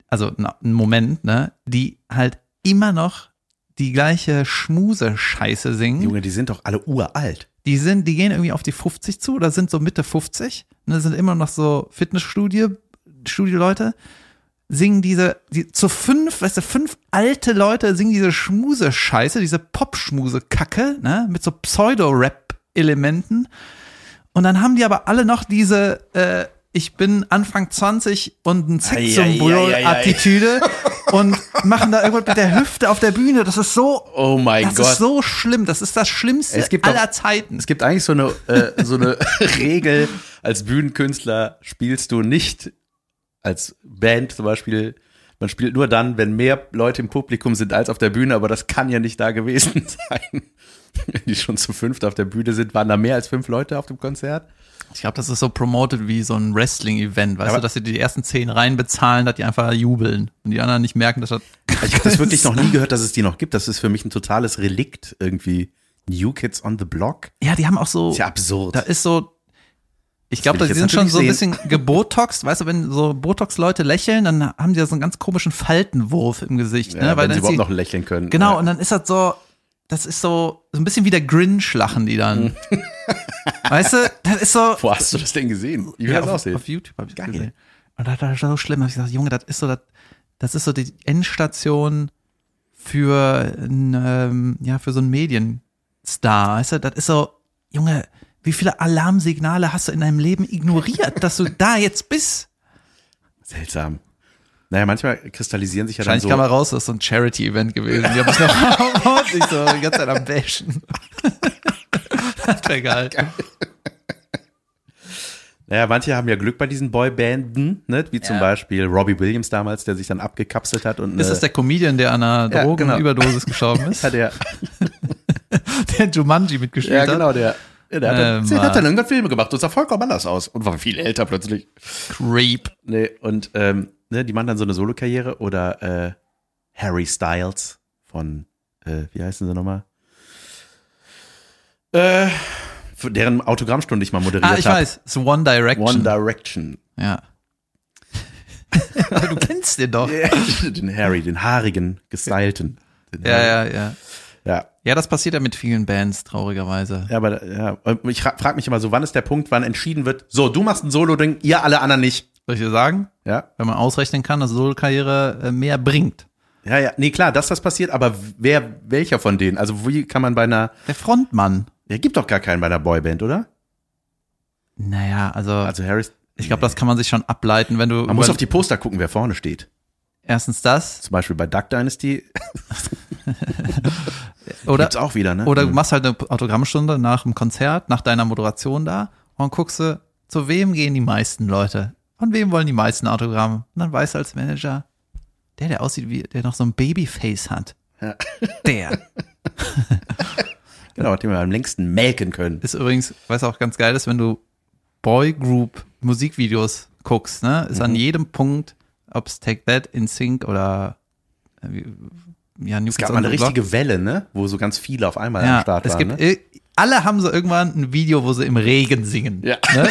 Also na, einen Moment, ne? Die halt immer noch die gleiche Schmuse-Scheiße singen.
Junge, die sind doch alle uralt.
Die sind, die gehen irgendwie auf die 50 zu oder sind so Mitte 50. Ne, sind immer noch so Fitnessstudio, Studio-Leute. Singen diese, die, zu fünf, weißt du, fünf alte Leute singen diese Schmuse-Scheiße, diese Pop-Schmuse-Kacke, ne, mit so Pseudo-Rap-Elementen. Und dann haben die aber alle noch diese, äh, ich bin Anfang 20 und ein
Ei, ei, ei, ei, ei.
Sexsymbol-Attitüde und machen da irgendwas mit der Hüfte auf der Bühne. Das ist so
Oh mein
das ist so schlimm. Das ist das Schlimmste
Es gibt doch-
aller Zeiten.
es gibt eigentlich so eine, äh, so eine Regel, als Bühnenkünstler spielst du nicht, als Band zum Beispiel, man spielt nur dann, wenn mehr Leute im Publikum sind als auf der Bühne, aber das kann ja nicht da gewesen sein. Wenn die schon zu fünft auf der Bühne sind, waren da mehr als fünf Leute auf dem Konzert?
Ich glaube, das ist so promoted wie so ein Wrestling-Event, weißt du, dass sie die ersten zehn Reihen bezahlen, dass die einfach jubeln und die anderen nicht merken, dass das.
Ich habe das wirklich noch nie gehört, dass es die noch gibt. Das ist für mich ein totales Relikt irgendwie. New Kids on the Block?
Ja, die haben auch so.
Ist ja absurd.
Oh, Da ist so. Ich glaube,
will
die
ich
sind
jetzt
schon so ein
natürlich
bisschen gebotoxt, weißt du, wenn so Botox-Leute lächeln, dann haben die so einen ganz komischen Faltenwurf im Gesicht,
ja,
ne? Weil
wenn
dann
sie
ist die,
überhaupt noch lächeln können.
genau,
Ja.
und dann ist das so, das ist so, so ein bisschen wie der Grinch lachen die dann.
Mhm.
weißt du, das ist so,
Wo hast du das denn gesehen? Ich will
Ja,
das
auf,
aussehen.
auf YouTube habe ich das
Geil.
gesehen. Und das war so schlimm, habe ich gesagt, Junge, das ist so das, das ist so die Endstation für ein, ähm, ja, für so einen Medienstar, weißt du, das ist so, Junge, wie viele Alarmsignale hast du in deinem Leben ignoriert, dass du da jetzt bist?
Seltsam. Naja, manchmal kristallisieren sich ja dann
Wahrscheinlich
so.
kam er raus, das ist so ein Charity-Event gewesen. Die habe ich noch ordentlich so die ganze Zeit am Bashen. das wäre geil.
Naja, manche haben ja Glück bei diesen Boybanden, ne? wie zum
Ja.
Beispiel Robbie Williams damals, der sich dann abgekapselt hat und
Ist das der Comedian, der an einer
Ja, genau.
Drogenüberdosis gestorben ist?
hat der,
der Jumanji mitgespielt
ja
hat?
genau, der, ja, der hat,
Ähm,
dann, sie
Mann.
hat dann irgendwann Filme gemacht und sah vollkommen anders aus und war viel älter plötzlich.
Creep.
Nee, und ähm, ne, die machen dann so eine Solo-Karriere oder äh, Harry Styles von, äh, wie heißen sie nochmal? Äh, für deren Autogrammstunde ich mal moderiert
Ah, ich
hab.
weiß. Es ist One Direction.
One Direction.
ja. du kennst den doch.
Ja, den Harry, den haarigen, gestylten. Den
Ja,
Harry.
ja, ja.
ja.
Ja, das passiert ja mit vielen Bands, traurigerweise.
Ja, aber ja. Und ich frage mich immer so, wann ist der Punkt, wann entschieden wird, so, du machst ein Solo-Ding, ihr alle anderen nicht.
Soll ich dir sagen?
Ja.
Wenn man ausrechnen kann, dass Solo-Karriere äh, mehr bringt.
Ja, ja. Nee, klar, dass das passiert, aber wer, welcher von denen? Also, wie kann man bei einer.
Der Frontmann.
Der gibt doch gar keinen bei einer Boyband, oder?
Naja, also,
Also, Harry.
ich glaube, das kann man sich schon ableiten, wenn du
Man muss
über-
auf die Poster gucken, wer vorne steht.
erstens das
Zum Beispiel bei Duck Dynasty
oder
gibt's auch wieder, ne?
Oder du
Mhm.
machst halt eine Autogrammstunde nach dem Konzert, nach deiner Moderation da und guckst du, zu wem gehen die meisten Leute? Von wem wollen die meisten Autogramme? Und dann weißt du als Manager, der, der aussieht wie, der noch so ein Babyface hat.
Ja.
Der.
Genau, den wir am längsten melken können.
Ist übrigens, was auch ganz geil ist, wenn du Boygroup Musikvideos guckst, ne? Ist
Mhm.
an jedem Punkt, ob's Take That, In Sync oder äh, wie- ja, New
Es gab mal eine richtige Welle, ne? Wo so ganz viele auf einmal am Start
es
waren.
gibt
ne?
ir- alle haben so irgendwann ein Video, wo sie im Regen singen.
Ja.
Ne?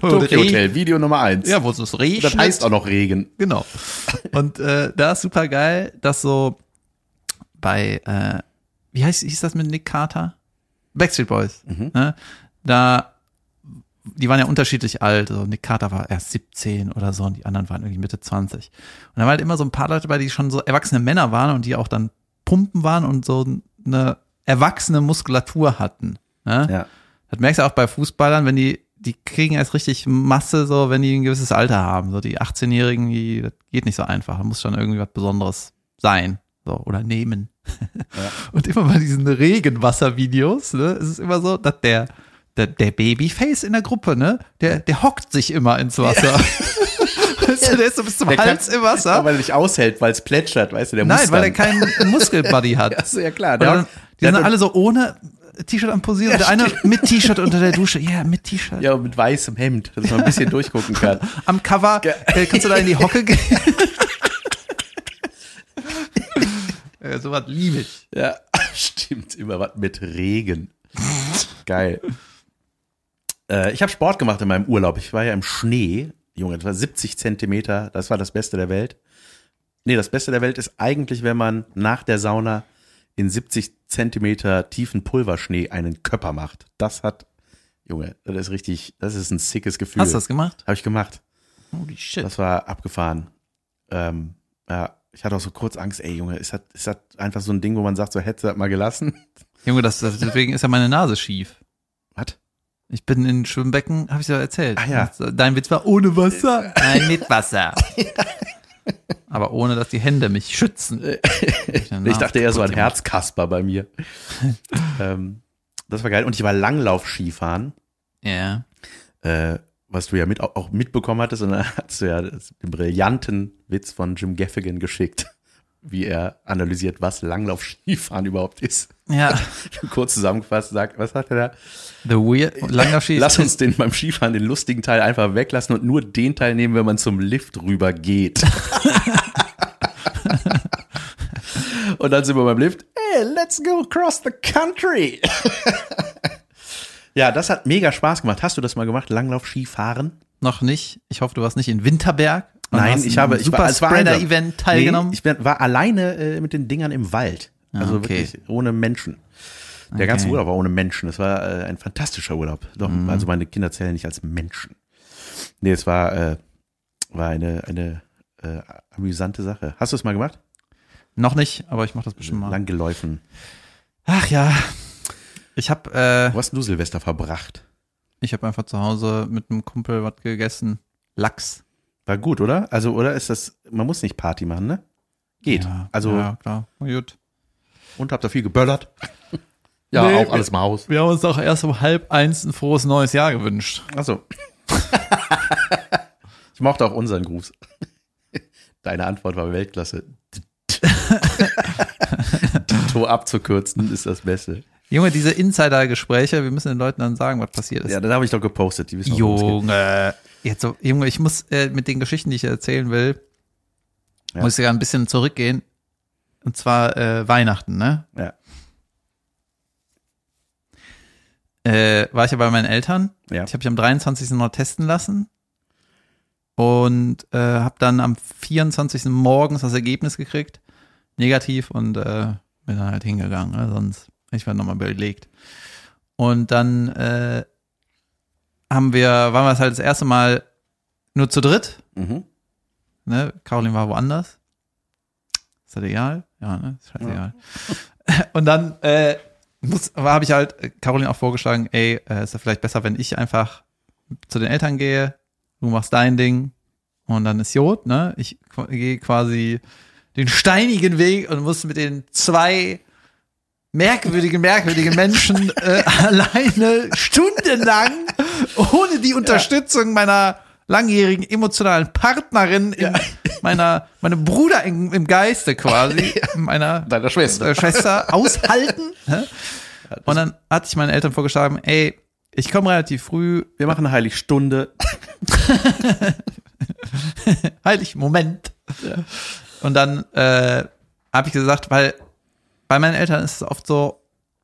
Wo
Tokyo
Regen-
Hotel, Video Nummer eins.
Ja, wo es das regnet.
das heißt auch noch Regen.
Genau. Und äh, da ist super geil, dass so bei, äh, wie heißt hieß das mit Nick Carter? Backstreet Boys. Ne? Da, die waren ja unterschiedlich alt. So Nick Carter war erst 17 oder so und die anderen waren irgendwie Mitte 20. Und da waren halt immer so ein paar Leute bei, die schon so erwachsene Männer waren und die auch dann pumpen waren und so eine erwachsene Muskulatur hatten. Ne?
Ja.
Das merkst du auch bei Fußballern, wenn die, die kriegen erst richtig Masse, so wenn die ein gewisses Alter haben. So die 18-Jährigen, die, das geht nicht so einfach. Da muss schon irgendwie was Besonderes sein. So, oder nehmen. Und immer bei diesen Regenwasser-Videos, ne, ist es immer so, dass der, der, der Babyface in der Gruppe, ne, der, der hockt sich immer ins Wasser. Weißt du, der ist so bis zum
Der kann-
Hals im Wasser.
Weil er nicht aushält, weil es plätschert, weißt du, der
Nein,
muss
weil er
dann.
keinen Muskelbuddy hat.
Ja, so, ja klar.
Oder
Der,
dann, die
der
sind
hat-
alle so ohne T-Shirt am Posieren. der eine mit T-Shirt unter der Dusche. Ja, mit T-Shirt.
ja, mit weißem Hemd, dass man ein bisschen durchgucken kann.
Am Cover äh, kannst du da in die Hocke gehen. äh, sowas liebe ich.
Ja, stimmt. Immer was mit Regen. Geil. Äh, ich habe Sport gemacht in meinem Urlaub. Ich war ja im Schnee. Junge, das war 70 Zentimeter. Das war das Beste der Welt. Nee, das Beste der Welt ist eigentlich, wenn man nach der Sauna in 70 Zentimeter tiefen Pulverschnee einen Körper macht. Das hat, Junge, das ist richtig, das ist ein sickes Gefühl.
Hast du das gemacht?
Habe ich gemacht.
Holy shit.
Das war abgefahren. Ähm, ja, ich hatte auch so kurz Angst, ey Junge, ist das, ist das einfach so ein Ding, wo man sagt, so hätte das mal gelassen?
Junge, das, das, deswegen ist ja meine Nase schief.
Was?
Ich bin in Schwimmbecken, habe ich ja erzählt.
Ah, ja. Äh,
Dein Witz war ohne Wasser. Nein, mit Wasser. Aber ohne, dass die Hände mich schützen.
Äh, Ich dachte eher so ein
Kaputt
Herzkasper bei mir. ähm, das war geil. Und ich war Langlauf-Skifahren,
Ja.
äh, was du ja mit, auch mitbekommen hattest. Und dann hast du ja das- den brillanten Witz von Jim Gaffigan geschickt, wie er analysiert, was Langlauf-Skifahren überhaupt ist.
Ja.
Kurz zusammengefasst sagt, was sagt er da?
The weird. Langlaufski.
Äh, Lass uns den beim Skifahren den lustigen Teil einfach weglassen und nur den Teil nehmen, wenn man zum Lift rüber geht. und dann sind wir beim Lift. Hey, let's go across the country. ja, das hat mega Spaß gemacht. Hast du das mal gemacht, Langlauf-Skifahren?
Noch nicht. Ich hoffe, du warst nicht in Winterberg. und
Nein,
hast
ich
ein
habe ich
super
es war einsam.
Spreader-Event teilgenommen.
Nee, ich bin, war alleine äh, mit den Dingern im Wald. Also
okay.
wirklich ohne Menschen. Der ganze Urlaub war ohne Menschen. Es war äh, ein fantastischer Urlaub. Doch, also meine Kinder zählen nicht als Menschen. Nee, es war, äh, war eine, eine äh, amüsante Sache. Hast du es mal gemacht?
Noch nicht, aber ich mache das bestimmt mal.
Lang geläufen.
Ach ja. Ich habe äh,
Wo hast denn du Silvester verbracht?
ich hab einfach zu Hause mit einem Kumpel was gegessen. Lachs.
War gut, oder? Also, oder ist das, man muss nicht Party machen, ne? Geht.
Ja,
also,
ja, klar. Na Gut.
und habt da viel geböllert. ja,
Nee,
auch
wir-
alles mal aus.
Wir haben uns auch erst um halb eins ein frohes neues Jahr gewünscht.
Achso. ich mochte auch unseren Gruß. Deine Antwort war Weltklasse. Dito abzukürzen ist das Beste.
Junge, diese Insider-Gespräche, wir müssen den Leuten dann sagen, was passiert ist.
Ja, dann habe ich doch gepostet. Die wissen auch, worum es geht.
Junge. äh, Jetzt so, Junge, ich muss äh, mit den Geschichten, die ich erzählen will,
Ja.
muss ich ja ein bisschen zurückgehen. Und zwar äh, Weihnachten, ne?
Ja.
Äh, war ich ja bei meinen Eltern.
Ja.
Ich habe mich am 23. noch testen lassen. Und äh, habe dann am 24. morgens das Ergebnis gekriegt. Negativ und äh, bin dann halt hingegangen. Ne? Sonst hätte ich war nochmal belegt. Und dann äh, haben wir, waren wir es halt das erste Mal nur zu dritt.
Mhm.
Ne? Caroline war woanders. Ist das egal? Ja, ne? Ist scheißegal. Und dann äh, habe ich halt äh, Caroline auch vorgeschlagen, ey, äh, ist das vielleicht besser, wenn ich einfach zu den Eltern gehe, du machst dein Ding und dann ist Jod, ne? Ich qu- gehe quasi den steinigen Weg und muss mit den zwei merkwürdigen, merkwürdigen Menschen äh, alleine stundenlang ohne die Unterstützung meiner langjährigen emotionalen Partnerin, in meiner, meinem Bruder im, im Geiste quasi, meiner
Deiner Schwester.
äh, Schwester aushalten. ne? Und dann hatte ich meinen Eltern vorgeschlagen, ey, ich komme relativ früh,
Wir machen eine Heiligstunde.
heilig, halt Moment. Und dann äh, habe ich gesagt, weil bei meinen Eltern ist es oft so,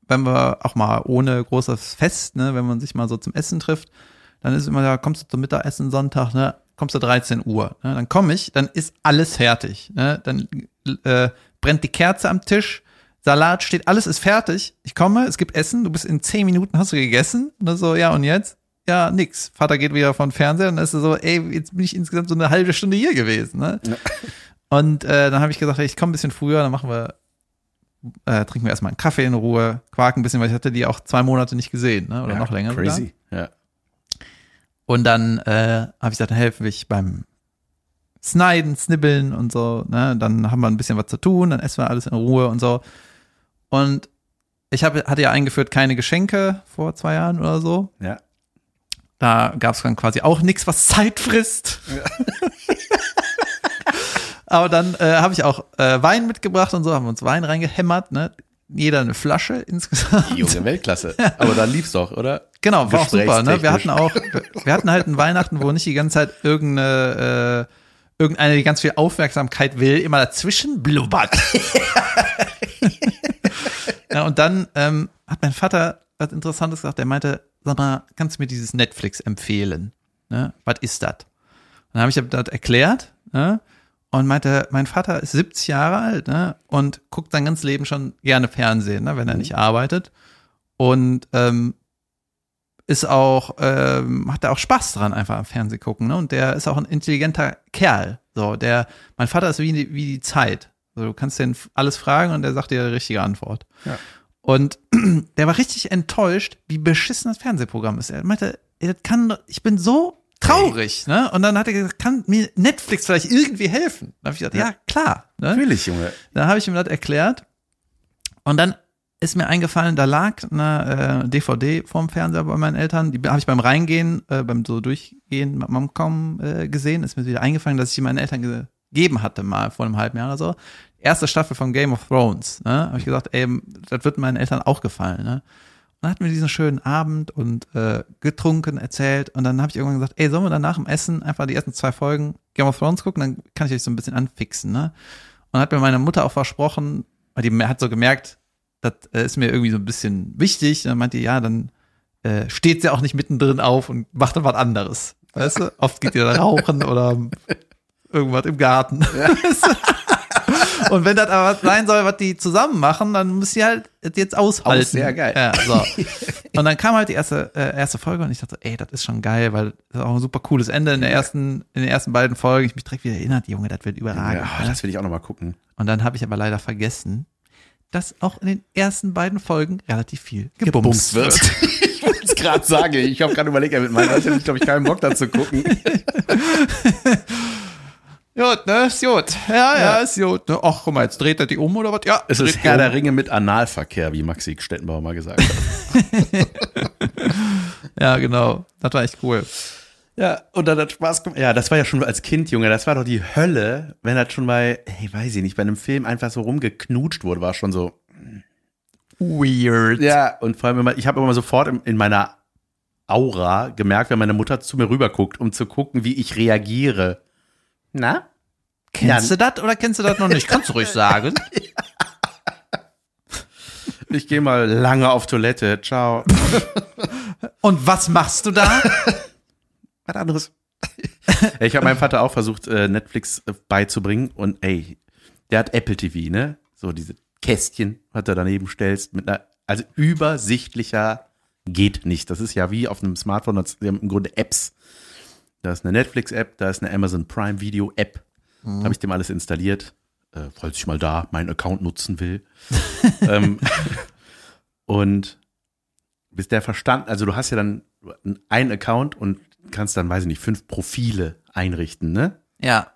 wenn wir auch mal ohne großes Fest, ne, wenn man sich mal so zum Essen trifft, dann ist immer da, kommst du zum Mittagessen Sonntag, ne, kommst du 13 Uhr, ne, dann komme ich, dann ist alles fertig, ne, dann äh, brennt die Kerze am Tisch, Salat steht, alles ist fertig, ich komme, es gibt Essen, du bist in 10 Minuten, hast du gegessen, und dann so, ja, und jetzt? Ja, nix. Vater geht wieder von Fernseher und dann ist er so, ey, jetzt bin ich insgesamt so eine halbe Stunde hier gewesen, ne.
Ja.
Und äh, dann habe ich gesagt, ey, ich komme ein bisschen früher, dann machen wir äh, trinken wir erstmal einen Kaffee in Ruhe, quaken ein bisschen, weil ich hatte die auch zwei Monate nicht gesehen, ne? oder
ja,
noch länger. sogar.
Crazy. Ja.
Und dann äh, habe ich gesagt, dann helfe ich beim Schneiden, Snibbeln und so. Ne? Dann haben wir ein bisschen was zu tun, dann essen wir alles in Ruhe und so. Und ich hab, hatte ja eingeführt, keine Geschenke vor zwei Jahren oder so.
ja.
Da gab es dann quasi auch nichts, was Zeit frisst. Aber dann äh, habe ich auch äh, Wein mitgebracht und so, haben wir uns Wein reingehämmert, ne? Jeder eine Flasche insgesamt.
Junge Weltklasse. Aber da lief's doch, oder?
Genau, war auch super. Ne? Wir
Gesprächstechnisch.
hatten auch, wir hatten halt einen Weihnachten, wo nicht die ganze Zeit irgendeine, äh, irgendeine, die ganz viel Aufmerksamkeit will, immer dazwischen blubbert. ja, und dann ähm, hat mein Vater was Interessantes gesagt. Der meinte, sag mal, kannst du mir dieses Netflix empfehlen? Ne? Was ist das? Dann habe ich ihm das erklärt ne? und meinte, mein Vater ist 70 Jahre alt ne? und guckt sein ganzes Leben schon gerne Fernsehen, ne? wenn er nicht arbeitet. Und ähm, ist auch, ähm, hat da auch Spaß dran, einfach am Fernsehen gucken. Ne? Und der ist auch ein intelligenter Kerl. So, der, mein Vater ist wie, die- wie die Zeit. So, du kannst den f- alles fragen und der sagt dir die richtige Antwort.
Ja.
Und der war richtig enttäuscht, wie beschissen das Fernsehprogramm ist. Er meinte, ey, das kann, doch- ich bin so traurig. Ne? Und dann hat er gesagt, kann mir Netflix vielleicht irgendwie helfen? Dann habe ich gesagt, ja,
Ja.
klar. Ne?
Natürlich, Junge.
Da habe ich ihm das erklärt. Und dann ist mir eingefallen, da lag eine äh, DVD vorm Fernseher bei meinen Eltern. Die habe ich beim Reingehen, äh, beim so Durchgehen mit Mom kaum äh, gesehen. Ist mir wieder eingefallen, dass ich die meinen Eltern gegeben hatte, mal vor einem halben Jahr oder so. Erste Staffel von Game of Thrones. Ne? Habe ich gesagt, ey, das wird meinen Eltern auch gefallen. Ne? Und dann hatten wir diesen schönen Abend und äh, getrunken, erzählt. Und dann habe ich irgendwann gesagt, ey, sollen wir danach im Essen einfach die ersten zwei Folgen Game of Thrones gucken? Dann kann ich euch so ein bisschen anfixen, ne? Und hat mir meine Mutter auch versprochen, weil die hat so gemerkt, das äh, ist mir irgendwie so ein bisschen wichtig. Und dann meinte die, ja, dann äh, steht sie auch nicht mittendrin auf und macht dann was anderes. Weißt du? Oft geht ihr dann rauchen oder irgendwas im Garten. Weißt du? Und wenn das aber was sein soll, was die zusammen machen, dann müssen die halt das jetzt aushalten.
Aus, ja, geil.
Ja, so. Und dann kam halt die erste, äh, erste Folge und ich dachte, ey, das ist schon geil, weil das ist auch ein super cooles Ende in, der ersten, in den ersten beiden Folgen. Ich mich direkt wieder erinnert, Junge, das wird überragend.
Ah, Ja, oh, das will ich auch noch mal gucken.
Und dann habe ich aber leider vergessen, dass auch in den ersten beiden Folgen relativ viel gebumst, wird.
ich wollte es gerade sagen. Ich habe gerade überlegt, mit meinem Alter hätte ich, glaube ich, keinen Bock dazu gucken.
Jod, ne? Ist Jod. Ja, ja, ist Jod. Ne? Ach, guck mal, jetzt dreht er die um oder was? Ja,
Es ist
dreht die
Herr
um.
der Ringe mit Analverkehr, wie Maxi Stettenbauer mal gesagt hat.
Ja, genau. Das war echt cool.
ja, und dann hat Spaß gemacht. Ja, das war ja schon als Kind, Junge, das war doch die Hölle, wenn das schon bei, hey, weiß ich nicht, bei einem Film einfach so rumgeknutscht wurde, war schon so.
Weird.
Ja, und vor allem immer, ich habe immer sofort in, in meiner Aura gemerkt, wenn meine Mutter zu mir rüberguckt, um zu gucken, wie ich reagiere. Na?
Kennst du das oder kennst du das noch nicht? Kannst du ruhig sagen.
Ich gehe mal lange auf Toilette. Ciao.
Und was machst du da?
was anderes. ich habe meinem Vater auch versucht, äh, Netflix äh, beizubringen und ey, der hat Apple TV, ne? So diese Kästchen, was du daneben stellst, mit einer, also übersichtlicher geht nicht. Das ist ja wie auf einem Smartphone, das die haben im Grunde Apps. Da ist eine Netflix-App, da ist eine Amazon Prime Video-App. Hab Habe ich dem alles installiert, äh, falls ich mal da meinen Account nutzen will. ähm, und bis der verstand, also du hast ja dann einen Account und kannst dann, weiß ich nicht, fünf Profile einrichten, ne?
Ja.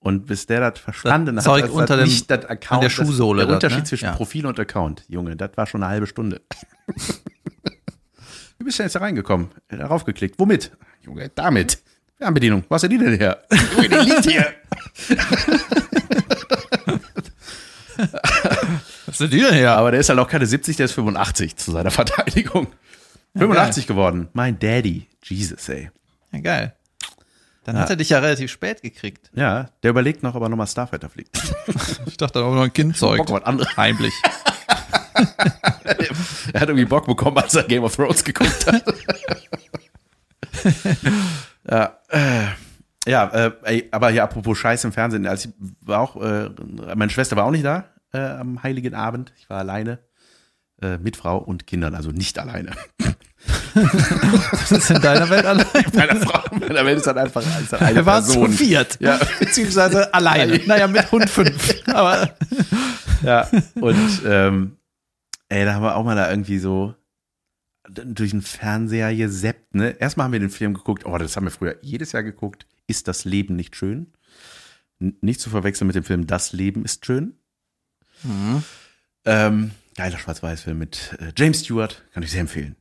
Und bis der das verstanden
Das
hat,
Zeug
dass
unter
das
dem-
nicht das Account,
an der Schuhsohle
das, der
dort,
Unterschied
ne?
zwischen
Ja.
Profil und Account, Junge, das war schon eine halbe Stunde. Wie bist du denn jetzt da reingekommen? Darauf geklickt. Womit? Junge, damit. Fernbedienung. Wo hast du die denn her? Junge, die liegt hier.
Was sind die denn hier?
Aber der ist halt auch keine 70, der ist 85 zu seiner Verteidigung. 85 geworden. Mein Daddy. Jesus, ey.
Ja, geil. Dann hat er dich ja relativ spät gekriegt.
Ja, der überlegt noch, ob er nochmal Starfighter fliegt.
Ich dachte, da war noch ein Kind zeugt.
Bock auf was anderes.
Heimlich.
er hat irgendwie Bock bekommen, als er Game of Thrones geguckt hat. ja, äh, ja äh, ey, aber hier apropos Scheiß im Fernsehen, als ich war auch, äh, meine Schwester war auch nicht da äh, am Heiligen Abend. Ich war alleine äh, mit Frau und Kindern, also nicht alleine.
Das ist in deiner Welt allein.
Meiner Frau, meiner Welt ist dann einfach ist dann eine
Wir waren zu
Person.
viert.
Ja.
Beziehungsweise alleine. Naja, mit Hund fünf. Aber
Ja, und ähm, ey, da haben wir auch mal da irgendwie so durch den Fernseher geseppt, ne? Erstmal haben wir den Film geguckt, oh, das haben wir früher jedes Jahr geguckt, ist das Leben nicht schön? N nicht zu verwechseln mit dem Film Das Leben ist schön. Ähm, geiler Schwarz-Weiß-Film mit äh, James Stewart, kann ich sehr empfehlen.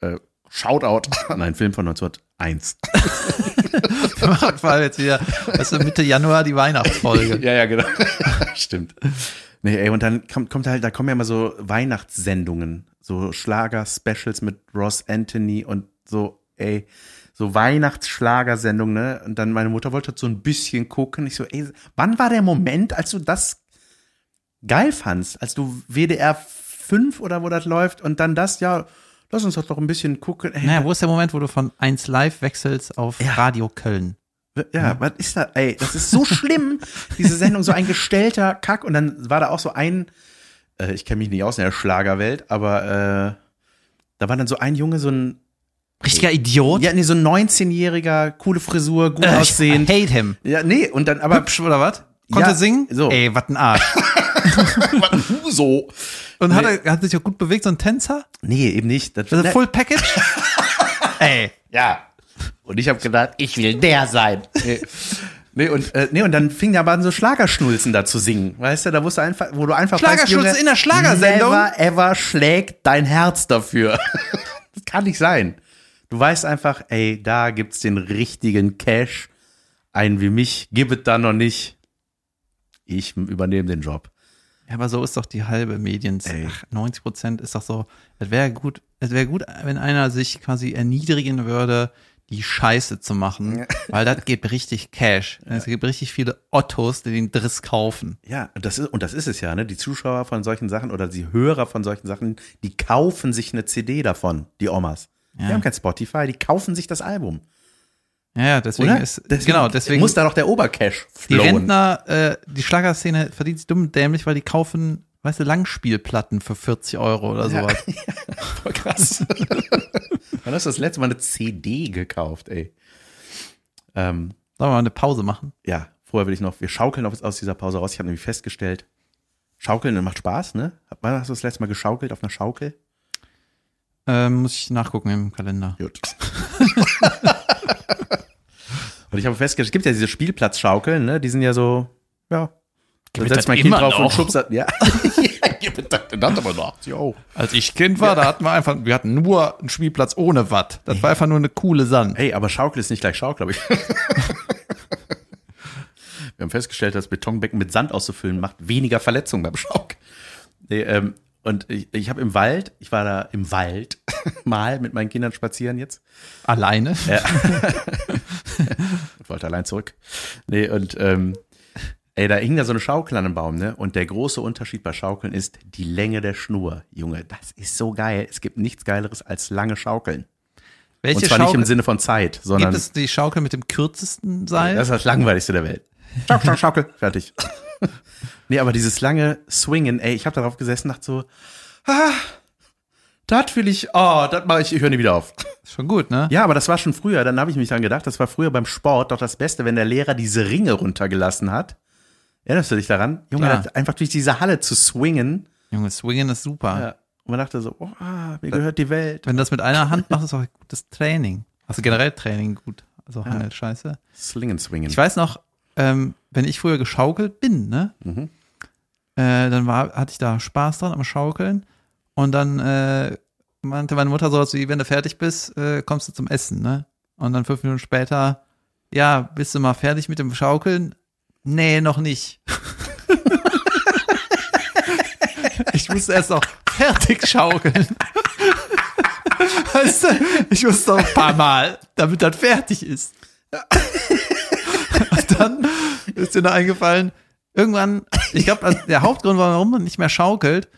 Äh, Shoutout an einen Film von 1901.
wir machen vor allem jetzt wieder, weißt du, Mitte Januar die Weihnachtsfolge.
Ja, ja, genau. Stimmt. Nee, ey, und dann kommt, kommt halt, da kommen ja immer so Weihnachtssendungen, so Schlager-Specials mit Ross Anthony und so, ey, so Weihnachtsschlagersendungen, ne? Und dann meine Mutter wollte halt so ein bisschen gucken. Ich so, ey, wann war der Moment, als du das geil fandst? Als du WDR 5 oder wo das läuft und dann das, ja, lass uns doch doch ein bisschen gucken. Ey,
Naja, wo ist der Moment, wo du von 1 Live wechselst auf
Ja.
Radio Köln? Hm?
Ja, was ist da? Ey, das ist so schlimm, diese Sendung, so ein gestellter Kack. Und dann war da auch so ein, äh, ich kenne mich nicht aus in der Schlagerwelt, aber äh, da war dann so ein Junge, so ein,
Richtiger Idiot.
ja, nee, so ein 19-jähriger, coole Frisur, gut
Äh, ich
aussehend.
hate him.
Ja, nee, und dann aber
Hübsch oder was? Konnte
Ja,
singen?
so.
Ey, was ein Arsch.
so.
Und hat,
Nee.
er, hat sich auch gut bewegt, so ein Tänzer?
Nee, eben nicht. Das,
Also Full Package? Ey.
Ja. Und ich habe gedacht, ich will der sein. Nee. Nee, und, äh, nee, und dann fing der aber an, so Schlagerschnulzen da zu singen. Weißt du, da wusste einfach, wo du einfach
Schlagerschnulzen
Junge,
in der Schlagersendung?
Never ever schlägt dein Herz dafür. das kann nicht sein. Du weißt einfach, ey, da gibt's den richtigen Cash. Einen wie mich gibt es da noch nicht. Ich übernehme den Job.
Ja, aber so ist doch die halbe Mediens.
Ey.
Ach, 90 Prozent ist doch so. Es wäre gut, es wäre gut, wenn einer sich quasi erniedrigen würde, die Scheiße zu machen, weil das gibt richtig Cash. Es gibt richtig viele Ottos, die den Driss kaufen.
Ja, das ist, und das ist es ja, ne? Die Zuschauer von solchen Sachen oder die Hörer von solchen Sachen, die kaufen sich eine CD davon, die Omas. Die
Ja.
haben kein Spotify, die kaufen sich das Album.
Ja, ja, deswegen
oder?
ist genau deswegen
muss da noch der Obercash
die
flowen.
Rentner, äh, die Schlagerszene verdient sich dumm und dämlich, weil die kaufen, weißt du, Langspielplatten für 40 Euro oder
Ja.
sowas.
Voll krass. Wann hast du das letzte Mal eine CD gekauft, ey? Ähm,
Sollen wir mal eine Pause machen?
ja, vorher will ich noch, wir schaukeln auf, aus dieser Pause raus. Ich habe nämlich festgestellt, schaukeln macht Spaß, ne? Wann hast du das letzte Mal geschaukelt auf einer Schaukel?
Ähm, muss ich nachgucken im Kalender.
Gut. Und ich habe festgestellt, es gibt ja diese Spielplatzschaukeln, ne? Die sind ja so, ja. Da
mir
setzt
das
mein Kind
halt immer
drauf und
noch.
schubst das. Ja. Gib mir das das aber noch. Jo.
Als ich Kind war, da hatten wir einfach, wir hatten nur einen Spielplatz ohne Watt. Das war einfach nur eine coole Sand.
Hey, aber Schaukel ist nicht gleich Schaukel, glaube ich. Wir haben festgestellt, dass Betonbecken mit Sand auszufüllen macht weniger Verletzungen beim Schaukel. Nee, ähm, und ich, ich habe im Wald, ich war da im Wald mal mit meinen Kindern spazieren jetzt.
Alleine?
und wollte allein zurück. Nee, und ähm, ey, da hing da so eine Schaukel an einem Baum, ne? Und der große Unterschied bei Schaukeln ist die Länge der Schnur. Junge, das ist so geil. Es gibt nichts Geileres als lange Schaukeln.
Welche
und zwar nicht
Schaukel?
im Sinne von Zeit, sondern
gibt
das
es die Schaukel mit dem kürzesten Seil?
ist das Langweiligste der Welt. Schaukel, Schaukel, Schaukel. Fertig. nee, aber dieses lange Swingen, ey, ich habe darauf gesessen, dachte so, ah, das will ich, oh, das mache ich, ich höre nie wieder auf.
Schon gut, ne?
Ja, aber das war schon früher. Dann habe ich mich dran gedacht, das war früher beim Sport doch das Beste, wenn der Lehrer diese Ringe runtergelassen hat. Erinnerst du dich daran? Junge,
Klar.
das- einfach durch diese Halle zu swingen.
Junge, Swingen ist super.
Ja. Und man dachte so, oh, ah, mir gehört die Welt.
Wenn du das mit einer Hand machst, ist auch gutes Training. Also generell Training gut. Also Handel, scheiße.
Slingen, swingen.
Ich weiß noch, ähm, wenn ich früher geschaukelt bin, ne? Äh, dann war, hatte ich da Spaß dran am Schaukeln. Und dann äh, meinte meine Mutter sowas wie, wenn du fertig bist, äh, kommst du zum Essen, ne? Und dann fünf Minuten später, ja, bist du mal fertig mit dem Schaukeln? Nee, noch nicht. ich musste erst noch fertig schaukeln. Weißt du, ich musste noch ein paar Mal, damit das fertig ist. Und dann ist also dir noch eingefallen, irgendwann, ich glaube, der Hauptgrund, warum man nicht mehr schaukelt,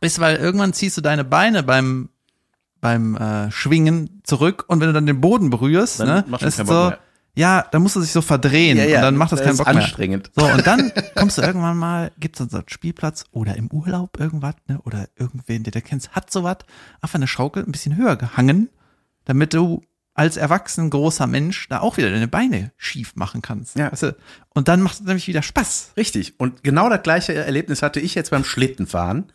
Bis weil irgendwann ziehst du deine Beine beim beim äh, Schwingen zurück und wenn du dann den Boden berührst,
Dann
ne,
macht schon
ist
keinen
so,
Bock mehr.
ja, dann musst du sich so verdrehen und dann macht das, keinen Bock mehr.
anstrengend.
So, und dann kommst du irgendwann mal, gibt's uns einen Spielplatz oder im Urlaub irgendwas, ne? Oder irgendwen, den du kennst, hat sowas, einfach eine Schaukel ein bisschen höher gehangen, damit du als erwachsen großer Mensch da auch wieder deine Beine schief machen kannst.
Ja.
Weißt du? Und dann macht es nämlich wieder Spaß.
Richtig. Und genau das gleiche Erlebnis hatte ich jetzt beim Schlittenfahren.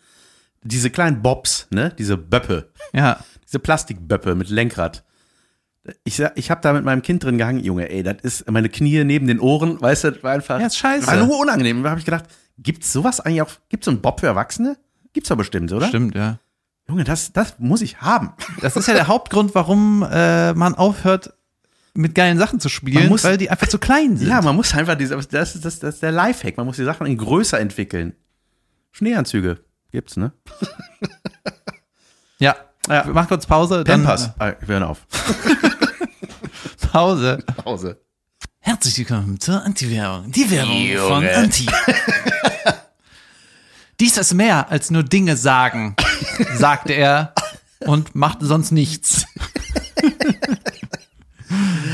Diese kleinen Bobs, ne? Diese Böppe.
Ja.
Diese Plastikböppe mit Lenkrad. Ich, sa- ich habe da mit meinem Kind drin gehangen, Junge, ey, das ist meine Knie neben den Ohren, weißt du, das war einfach.
Ja, ist scheiße.
War nur unangenehm. Da habe ich gedacht, gibt's sowas eigentlich auch? Gibt's so einen Bob für Erwachsene? Gibt's doch bestimmt, oder?
Stimmt, ja.
Junge, das, das muss ich haben.
Das ist ja der Hauptgrund, warum äh, man aufhört, mit geilen Sachen zu spielen,
Man muss-
weil die einfach zu klein sind.
Ja, man muss einfach diese, das ist, das, das ist der Lifehack. Man muss die Sachen in größer entwickeln. Schneeanzüge gibt's, ne?
ja.
Ja.
Wir machen kurz Pause, dann
Pampers. Ah, wir hören auf.
äh, Pause.
Pause.
Herzlich willkommen zur Anti-Werbung. Die Werbung
Junge.
von Anti. Dies ist mehr als nur Dinge sagen, sagte er und machte sonst nichts.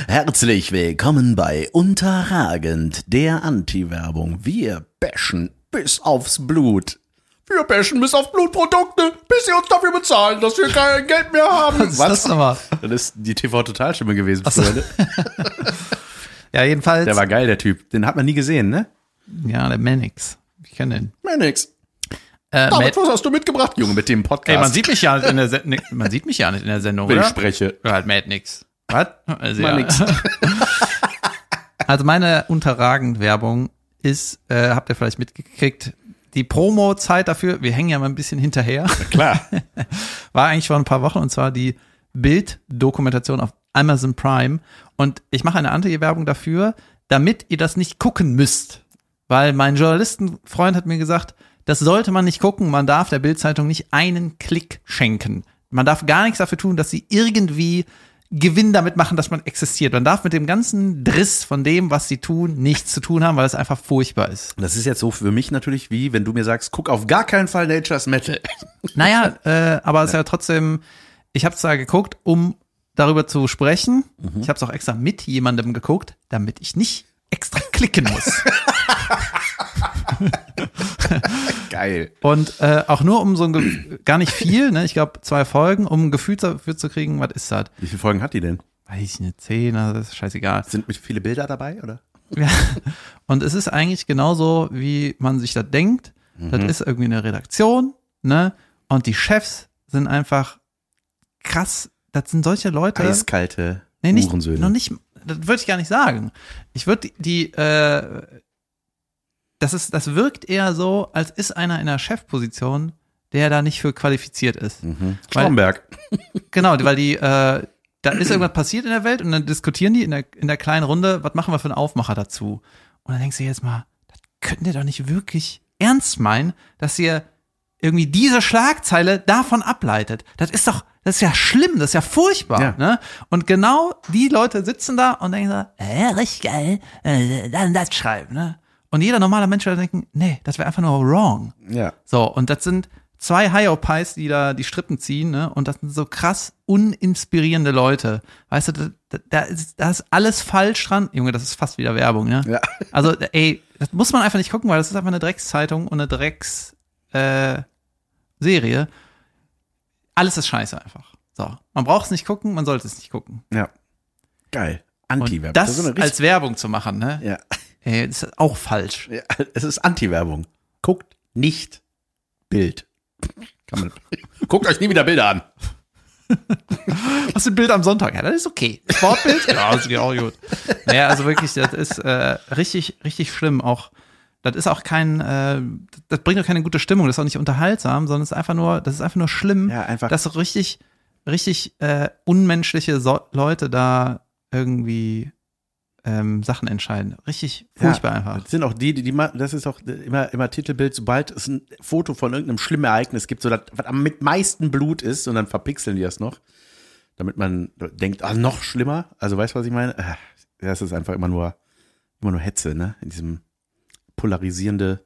Herzlich willkommen bei Unterragend, der Anti-Werbung. Wir bashen bis aufs Blut. Wir bashen bis auf Blutprodukte, bis sie uns dafür bezahlen, dass wir kein Geld mehr haben.
Was ist das nochmal?
Das ist die TV-Totalstimme gewesen. früher, ne?
Ja, jedenfalls.
Der war geil, der Typ. Den hat man nie gesehen, ne?
ja, der Manix. Ich kenne den.
Mehr nix.
Äh, Matt-
was hast du mitgebracht, Junge, mit dem Podcast?
ey, man sieht mich ja nicht in der Se ne, man sieht mich ja nicht in der Sendung,
wenn ich
oder?
spreche.
Oder halt Madnix. Was? Also,
Mal
ja.
nix.
Also meine unterragend Werbung ist, äh, habt ihr vielleicht mitgekriegt, die Promo-Zeit dafür, wir hängen ja mal ein bisschen hinterher,
Klar.
war eigentlich vor ein paar Wochen und zwar die Bild-Dokumentation auf Amazon Prime. Und ich mache eine Anti-Werbung dafür, damit ihr das nicht gucken müsst. Weil mein Journalistenfreund hat mir gesagt, das sollte man nicht gucken, man darf der Bild-Zeitung nicht einen Klick schenken. Man darf gar nichts dafür tun, dass sie irgendwie Gewinn damit machen, dass man existiert. Man darf mit dem ganzen Driss von dem, was sie tun, nichts zu tun haben, weil es einfach furchtbar ist.
Das ist jetzt so für mich natürlich wie, wenn du mir sagst, guck auf gar keinen Fall Nature's Metal.
Naja, äh, aber es ist ja trotzdem, ich habe es da geguckt, um darüber zu sprechen. Ich habe es auch extra mit jemandem geguckt, damit ich nicht extra klicken muss.
Geil.
Und äh, auch nur um so ein, Ge- gar nicht viel, ne? ich glaube zwei Folgen, um ein Gefühl dafür zu kriegen, was ist das?
Wie viele Folgen hat die denn?
Weiß ich nicht, zehn, also das ist scheißegal.
Sind viele Bilder dabei, oder?
Ja. Und es ist eigentlich genauso, wie man sich das denkt. Das ist irgendwie eine Redaktion, ne? Und die Chefs sind einfach krass. Das sind solche Leute.
Eiskalte
Äh? Nee, nicht,
Hurensöhne.
noch nicht, das würde ich gar nicht sagen. Ich würde die, die äh, das ist, das wirkt eher so, als ist einer in einer Chefposition, der da nicht für qualifiziert ist.
Mhm.
Weil-
Stromberg.
Genau, weil die, äh, da ist irgendwas passiert in der Welt und dann diskutieren die in der, in der kleinen Runde, was machen wir für einen Aufmacher dazu? Und dann denkst du dir jetzt mal, das könnt ihr doch nicht wirklich ernst meinen, dass ihr irgendwie diese Schlagzeile davon ableitet. Das ist doch, das ist ja schlimm, das ist ja furchtbar.
Ja.
Ne? Und genau die Leute sitzen da und denken so, äh, richtig geil, äh, dann das schreiben. Ne? Und jeder normale Mensch würde denken, nee, das wäre einfach nur wrong.
Ja.
So, und das sind zwei High-Pies, die da die Strippen ziehen, ne? Und das sind so krass uninspirierende Leute. Weißt du, da, da- da, ist, da ist alles falsch dran. Junge, das ist fast wieder Werbung, ne?
Ja.
Also, ey, das muss man einfach nicht gucken, weil das ist einfach eine Dreckszeitung und eine Drecks äh, Serie. Alles ist scheiße einfach. So. Man braucht es nicht gucken, man sollte es nicht gucken.
Ja. Geil.
Und
Anti-Werbung.
das
ist eine richtig-
als Werbung zu machen, ne?
ja.
Ey, das ist auch falsch.
ja. Es ist Anti-Werbung. Guckt nicht Bild. Kann man. Guckt euch nie wieder Bilder an.
Was ist ein Bild am Sonntag? Ja, das ist okay. Sportbild? ja, das geht auch gut. Naja, also wirklich, das ist äh, richtig, richtig schlimm. Auch das ist auch kein, äh, das bringt auch keine gute Stimmung, das ist auch nicht unterhaltsam, sondern es ist einfach nur, das ist einfach nur schlimm,
Ja, einfach.
dass so richtig, richtig äh, unmenschliche so Leute da irgendwie ähm, Sachen entscheiden. Richtig furchtbar einfach.
Das sind auch die, die, die ma- das ist auch immer, immer Titelbild, sobald es ein Foto von irgendeinem schlimmen Ereignis gibt, so das, was am mit meisten Blut ist, und dann verpixeln die das noch, damit man denkt, ah, noch schlimmer. Also weißt du, was ich meine? Ah, Das ist einfach immer nur, immer nur Hetze, ne? In diesem polarisierende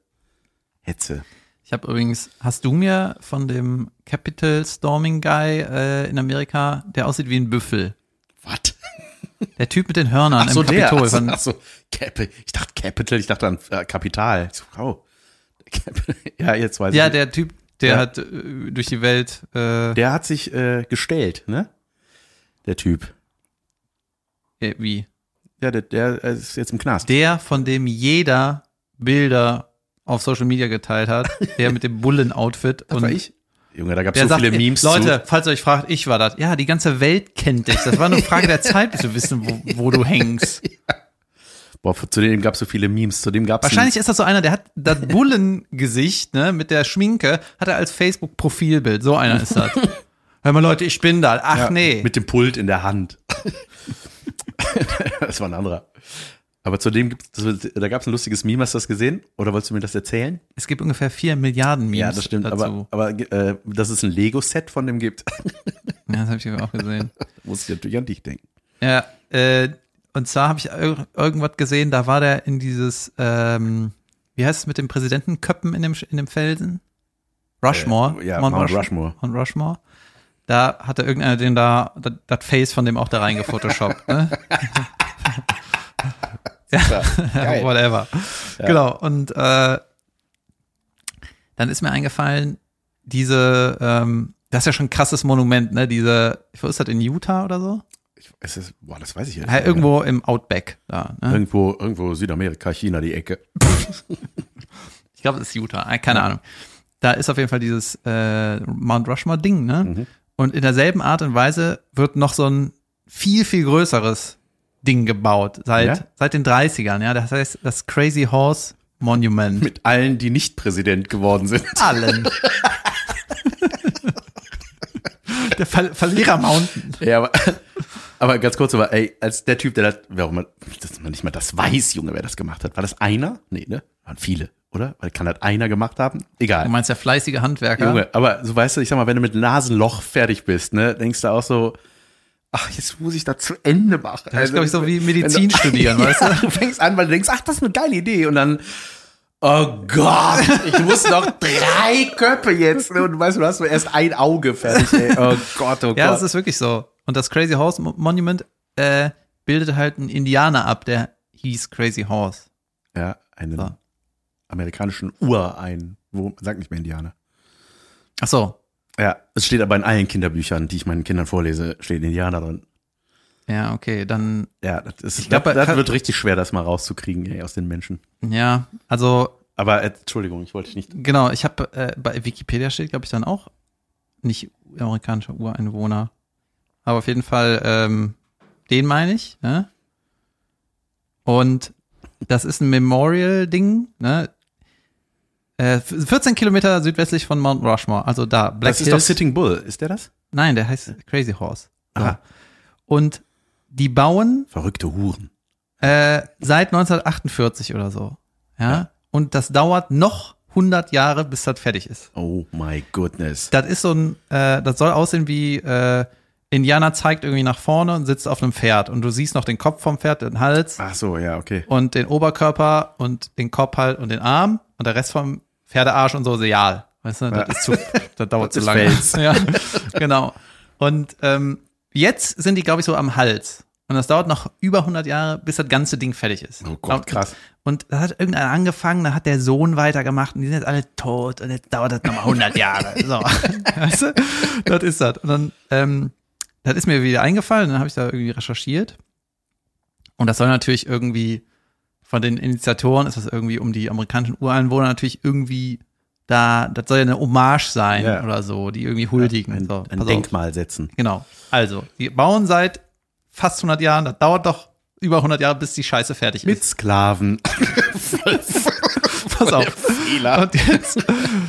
Hetze.
Ich habe übrigens, hast du mir von dem Capital Storming Guy äh, in Amerika, der aussieht wie ein Büffel,
Was?
der Typ mit den Hörnern
Ach so,
im
der.
Kapitol.
Ach so,
von,
ach so. Capi- ich dachte Capital, ich dachte an äh, Kapital. Ich so, wow. Cap- Ja, jetzt weiß
ja,
ich.
der Typ, der
Also Ja.
hat äh, durch die Welt, äh,
der hat sich äh, gestellt, ne? Der Typ.
äh, wie?
Ja, der, der äh, ist jetzt im Knast.
Der, von dem jeder Bilder auf Social Media geteilt hat, der mit dem Bullen-Outfit.
Das war ich. Junge, da gab es
Der
so
sagt,
viele Memes
Leute, falls ihr euch fragt, ich war das. Ja, die ganze Welt kennt dich. Das war nur eine Frage der Zeit, bis wir wissen, wo, wo du hängst.
zu. Boah, zu dem gab es so viele Memes. Zu dem gab es
Wahrscheinlich ist das so einer, der hat das Bullengesicht, ne, mit der Schminke, hat er als Facebook-Profilbild. So einer ist das. Hör mal, Leute, ich bin da. Ach nee.
Mit dem Pult in der Hand. das war ein anderer. Aber zu dem gibt da gab es ein lustiges Meme, hast du das gesehen? Oder wolltest du mir das erzählen?
Es gibt ungefähr vier Milliarden Memes dazu.
aber, aber äh, dass es ein Lego-Set von dem gibt,
ja, das habe ich auch gesehen.
muss ich natürlich an dich denken.
Ja, äh, und zwar habe ich ir irgendwas gesehen, da war der in dieses, ähm, wie heißt es mit dem Präsidentenköppen in dem, Sch- in dem Felsen? Rushmore.
Äh, ja, Mount
Rush-
Rushmore.
Mount Rushmore. Da hatte irgendeiner den da, das- das Face von dem auch da reingefotoshoppt, ne?
Geil.
Whatever. Genau. Und äh, dann ist mir eingefallen, diese, ähm, das ist ja schon ein krasses Monument, ne? Diese, wo ist das in Utah oder so?
Ich, es ist, boah, das weiß ich jetzt.
Ja,
nicht.
irgendwo ne? im Outback da. Ne?
irgendwo, irgendwo Südamerika, China, die Ecke.
Ich glaube, es ist Utah, äh, keine Ahnung. Da ist auf jeden Fall dieses äh, Mount Rushmore-Ding, ne? Und in derselben Art und Weise wird noch so ein viel, viel größeres Ding gebaut, seit,
Ja?
seit den 30ern, ja. Das heißt, das Crazy Horse Monument.
Mit allen, die nicht Präsident geworden sind.
allen. Der Ver Verlierer Mountain.
Ja, aber, aber ganz kurz, aber ey, als der Typ, der das, warum man, dass man nicht mal das weiß, Junge, wer das gemacht hat. War das einer? Nee, ne? Waren viele, oder? Weil kann das einer gemacht haben? Egal.
Du meinst der fleißige Handwerker.
Junge, aber so weißt du, ich sag mal, wenn du mit Nasenloch fertig bist, ne, denkst du auch so, ach, jetzt muss ich das zu Ende machen. Also,
Das ist, glaube ich, so wie Medizin
wenn du-
studieren, weißt du?
ja, du fängst an, weil du denkst, ach, das ist eine geile Idee und dann Oh Gott, ich muss noch drei Köpfe jetzt. ne? Und du weißt, du hast nur erst ein Auge fertig. Ey. Oh Gott, oh
Ja,
Gott.
das ist wirklich so. Und das Crazy Horse Mo- Monument äh, bildet halt einen Indianer ab, der hieß Crazy Horse.
Ja, einen
So.
amerikanischen Urein. Wo, sag nicht mehr Indianer.
Ach so.
Ja, es steht aber in allen Kinderbüchern, die ich meinen Kindern vorlese, steht Indianer drin.
Ja, okay, dann,
Ja, das, ist,
Ich glaub,
das, das
kann-
wird richtig schwer, das mal rauszukriegen ey, aus den Menschen.
ja, also,
Aber äh, Entschuldigung, ich wollte dich nicht.
genau, ich habe äh, bei Wikipedia steht, glaube ich, dann auch nicht amerikanischer Ureinwohner. Aber auf jeden Fall, ähm, den meine ich, ne? Und das ist ein Memorial-Ding, ne? Äh, 14 Kilometer südwestlich von Mount Rushmore, also da, Black
das ist doch
Hills.
Sitting Bull, ist der das?
Nein, der heißt Crazy Horse. So.
Aha.
Und die bauen
Verrückte Huren.
äh, seit 1948 oder so. Ja? Und das dauert noch 100 Jahre, bis das fertig ist.
Oh my goodness.
Das ist so ein, äh, das soll aussehen wie äh, Indianer zeigt irgendwie nach vorne und sitzt auf einem Pferd und du siehst noch den Kopf vom Pferd, den Hals
Ach so, ja, okay.
und den Oberkörper und den Kopf halt und den Arm und der Rest vom Pferdearsch und so Seal. Weißt du, das, ist zu, das
Das
dauert zu
ist
lange.
Fels.
Ja, genau. Und ähm, jetzt sind die, glaube ich, so am Hals. Und das dauert noch über 100 Jahre, bis das ganze Ding fertig ist.
Oh Gott, krass.
Und da hat irgendeiner angefangen, da hat der Sohn weitergemacht und die sind jetzt alle tot und jetzt dauert das nochmal 100 Jahre. So, weißt du? das ist das. Und dann, ähm, das ist mir wieder eingefallen, dann habe ich da irgendwie recherchiert. Und das soll natürlich irgendwie, von den Initiatoren ist das irgendwie um die amerikanischen Ureinwohner natürlich irgendwie da, das soll ja eine Hommage sein
Ja.
oder so, die irgendwie huldigen.
Ein,
so,
ein
pass auf.
Denkmal setzen.
Genau. Also, die bauen seit fast 100 Jahren, das dauert doch über 100 Jahre, bis die Scheiße fertig
Mit
ist.
Sklaven.
Pass auf.
Fehler.
Und jetzt,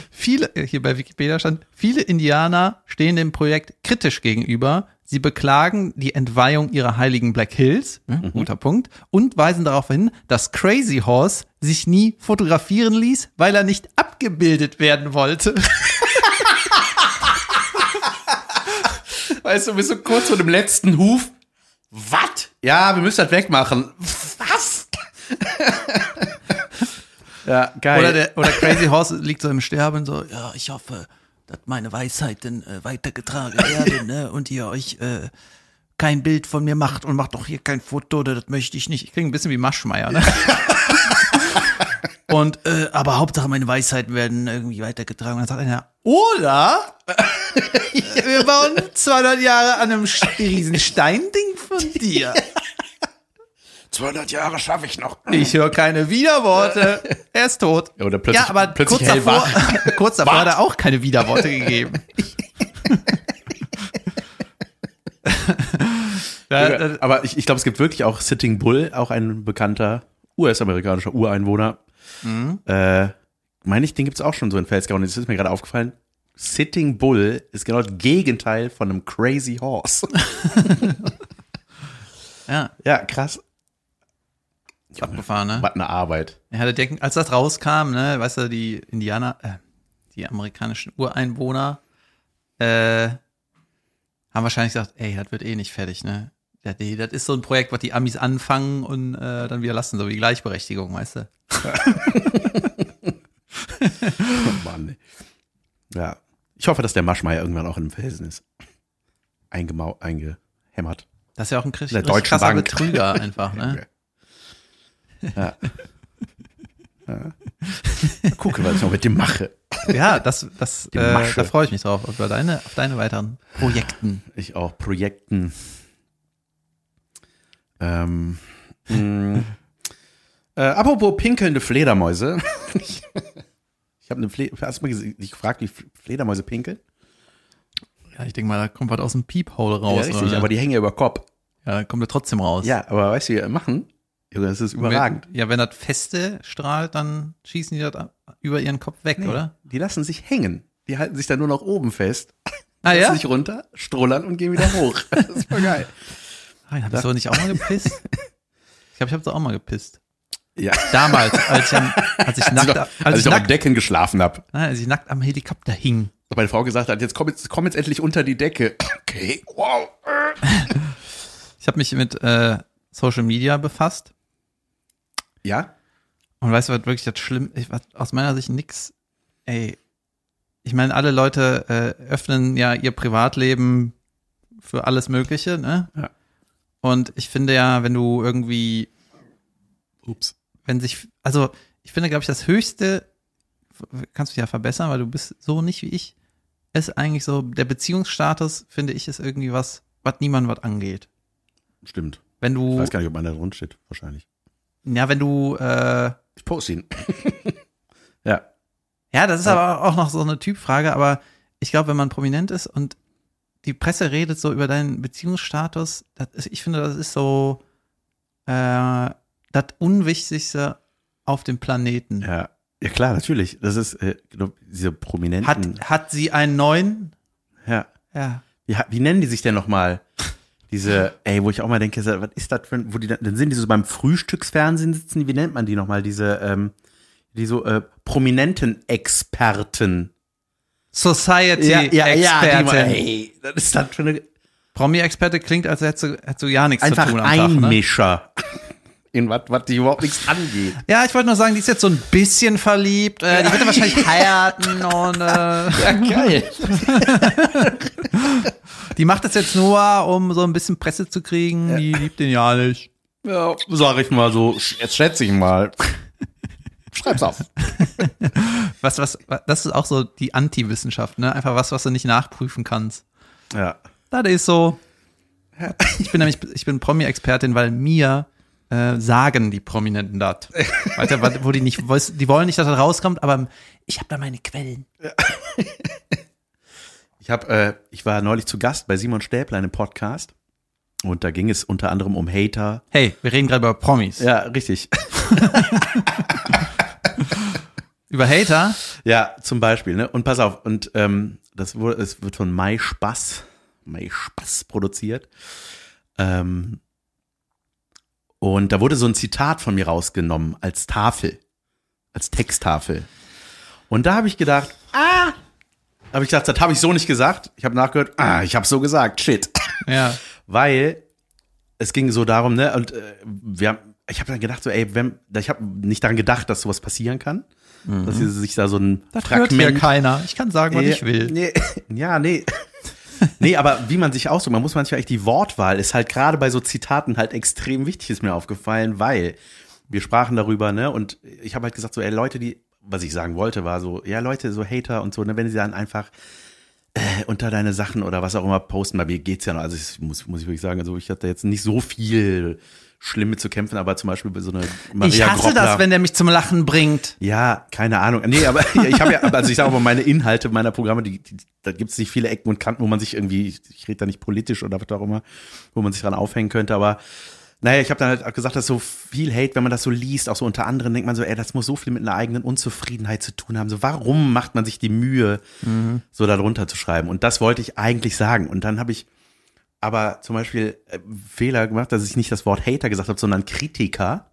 viele, äh, hier bei Wikipedia stand, viele Indianer stehen dem Projekt kritisch gegenüber. Sie beklagen die Entweihung ihrer heiligen Black Hills, ne, guter Punkt, und weisen darauf hin, dass Crazy Horse sich nie fotografieren ließ, weil er nicht abgebildet werden wollte.
Weißt du, bist so kurz vor dem letzten Huf. Was? Ja, wir müssen das wegmachen. Was? Ja, geil.
Oder, der, oder Crazy Horse liegt so im Sterben, so, ja, ich hoffe, dass meine Weisheit denn äh, weitergetragen werde, ne? Und ihr euch äh, kein Bild von mir macht und macht doch hier kein Foto, oder das möchte ich nicht. Ich klinge ein bisschen wie Maschmeier, ne? und, äh, aber Hauptsache meine Weisheiten werden irgendwie weitergetragen. Und dann sagt einer, oder wir bauen 200 Jahre an einem Sch- riesen Steinding von dir.
200 Jahre schaffe ich noch.
Ich höre keine Widerworte. Er ist tot.
Ja, oder plötzlich-
ja, aber
plötzlich
kurz davor, kurz davor hat
Wart.
er auch keine Widerworte gegeben. da, da,
Äh, Aber ich, ich glaube, es gibt wirklich auch Sitting Bull, auch ein bekannter US-amerikanischer Ureinwohner. Äh, meine ich, den gibt es auch schon so in Felsgau. Und das ist mir gerade aufgefallen. Sitting Bull ist genau das Gegenteil von einem Crazy Horse.
ja,
ja, krass.
abgefahren, ne?
Was eine Arbeit.
Er hatte denken, als das rauskam, ne, weißt du, die Indianer, äh, die amerikanischen Ureinwohner, äh, haben wahrscheinlich gesagt, ey, das wird eh nicht fertig, ne? Ja, nee, das ist so ein Projekt, was die Amis anfangen und äh, dann wieder lassen, so wie Gleichberechtigung, weißt du?
Oh Mann. ey. Ja. Ich hoffe, dass der Maschmeier irgendwann auch in einem Felsen ist. Eingemau eingehämmert.
Das ist ja auch ein richtig,
Der
richtig
Deutschen
krasser
Bank.
Betrüger einfach, ne?
Ja. ja. Mal Gucken, was ich noch mit dem mache.
Ja, das, das,
Die
äh,
Masche.
da freue ich mich drauf, auf deine, auf deine weiteren Projekten.
Ich auch. Projekten. Ähm, mh. äh, apropos pinkelnde Fledermäuse. ich ich habe eine Fle Hast du mal gesehen, ich gefragt, wie F- Fledermäuse pinkeln?
Ja, ich denke mal, da kommt was aus äh, dem Piephole raus.
ja,
Ja,
richtig, aber die hängen ja über Kopf.
ja, dann kommt er trotzdem raus.
Ja, aber weißt du, wie wir machen? Junge, das ist überragend.
Wenn, ja, wenn das feste strahlt, dann schießen die das ab- über ihren Kopf weg,
Nee,
oder?
Die lassen sich hängen. Die halten sich dann nur noch oben fest,
Ah ja?
lassen sich runter, strollern und gehen wieder hoch. Das ist voll geil.
Nein, hab ich so nicht auch mal gepisst? Ich glaube, ich habe so auch mal gepisst.
Ja.
Damals, als ich, am, als ich nackt, als
Als ich
ich
noch am
Also nackt,
Decken geschlafen habe.
nein, als ich nackt am Helikopter hing.
Meine Frau gesagt hat, jetzt komm, jetzt komm jetzt endlich unter die Decke. Okay, wow.
Ich habe mich mit äh, Social Media befasst.
Ja?
Und weißt du, was wirklich das schlimm ich, was, aus meiner Sicht nix, ey. Ich meine, alle Leute äh, öffnen ja ihr Privatleben für alles Mögliche, ne?
Ja.
Und ich finde ja, wenn du irgendwie,
Ups.
wenn sich, also ich finde, glaube ich, das Höchste, kannst du dich ja verbessern, weil du bist so nicht wie ich, ist eigentlich so, der Beziehungsstatus, finde ich, ist irgendwie was, was niemand was angeht.
Stimmt.
Wenn
Ich
du,
weiß gar nicht, ob meiner rund steht, wahrscheinlich.
ja, wenn du, äh,
Ich poste ihn. ja.
Ja, das ist
Ja.
aber auch noch so eine Typfrage, aber ich glaube, wenn man prominent ist und die Presse redet so über deinen Beziehungsstatus, das ist, ich finde, das ist so äh, das Unwichtigste auf dem Planeten.
ja. Ja, klar, natürlich. Das ist äh, diese prominenten.
Hat, hat sie einen neuen?
ja.
Ja.
wie, wie nennen die sich denn nochmal? Diese, ey, wo ich auch mal denke, so, was ist das für ein, wo die dann, dann sind die so beim Frühstücksfernsehen sitzen, wie nennt man die nochmal? Diese, ähm, die so äh, prominenten Experten.
Society
die mal,
Expertin.
ey, das ist dann schon eine,
Promi-Experte klingt, als hättest du, hättest du ja nichts
einfach
zu tun am Tag. Ne?
Einmischer. In was, was die überhaupt nichts angeht.
Ja, ich wollte nur sagen, die ist jetzt so ein bisschen verliebt. Äh, die wird ja wahrscheinlich heiraten und äh,
Ja, geil.
Die macht das jetzt nur, um so ein bisschen Presse zu kriegen. Die liebt den ja nicht.
Ja, sag ich mal so, sch- jetzt schätze ich mal. Schreib's auf.
Was, was, was- das ist auch so die Anti-Wissenschaft, ne? Einfach was, was du nicht nachprüfen kannst.
Ja.
Das ist so. Ich bin nämlich, ich bin Promi-Expertin, weil mir äh, sagen die Prominenten das. Weiter, wo die nicht, wo's- die wollen nicht, dass das rauskommt, aber ich habe da meine Quellen.
Ich habe, äh, ich war neulich zu Gast bei Simon Stäblein im Podcast und da ging es unter anderem um Hater,
Hey, wir reden gerade über Promis.
Ja, richtig.
Über Hater.
Ja, zum Beispiel, ne? Und pass auf, und ähm, das wurde, es wird von Mai Spaß, Mai Spaß produziert. Ähm, und da wurde so ein Zitat von mir rausgenommen als Tafel, als Texttafel. Und da habe ich gedacht, ah, habe ich gedacht, das habe ich so nicht gesagt. Ich habe nachgehört, ah, ich habe so gesagt, shit
Ja.
weil es ging so darum, ne, und äh, wir haben, ich habe dann gedacht, so, ey, wenn, ich habe nicht daran gedacht, dass sowas passieren kann. Dass sie sich da so ein
Das hört mir keiner. Ich kann sagen, was ich will.
Nee, ja, nee. nee, aber wie man sich ausdrückt, man muss manchmal echt die Wortwahl ist halt gerade bei so Zitaten halt extrem wichtig, ist mir aufgefallen, weil wir sprachen darüber, ne, und ich habe halt gesagt, so, ey, Leute, die, was ich sagen wollte, war so, ja, Leute, so Hater und so, ne, wenn sie dann einfach äh, unter deine Sachen oder was auch immer posten, bei mir geht's ja noch, also ich muss, muss ich wirklich sagen, also ich hatte jetzt nicht so viel schlimm mit zu kämpfen, aber zum Beispiel bei so einer Maria
ich hasse
Groppler-
das, wenn der mich zum Lachen bringt.
ja, keine Ahnung. Nee, aber ich habe ja, also ich sage aber meine Inhalte meiner Programme, die, die, da gibt es nicht viele Ecken und Kanten, wo man sich irgendwie, ich, ich rede da nicht politisch oder was auch immer, wo man sich dran aufhängen könnte, aber naja, ich habe dann halt auch gesagt, dass so viel Hate, wenn man das so liest, auch so unter anderem, denkt man so, ey, das muss so viel mit einer eigenen Unzufriedenheit zu tun haben. So, warum macht man sich die Mühe, so da drunter zu schreiben? Und das wollte ich eigentlich sagen. Und dann habe ich aber zum Beispiel äh, Fehler gemacht, dass ich nicht das Wort Hater gesagt habe, sondern Kritiker.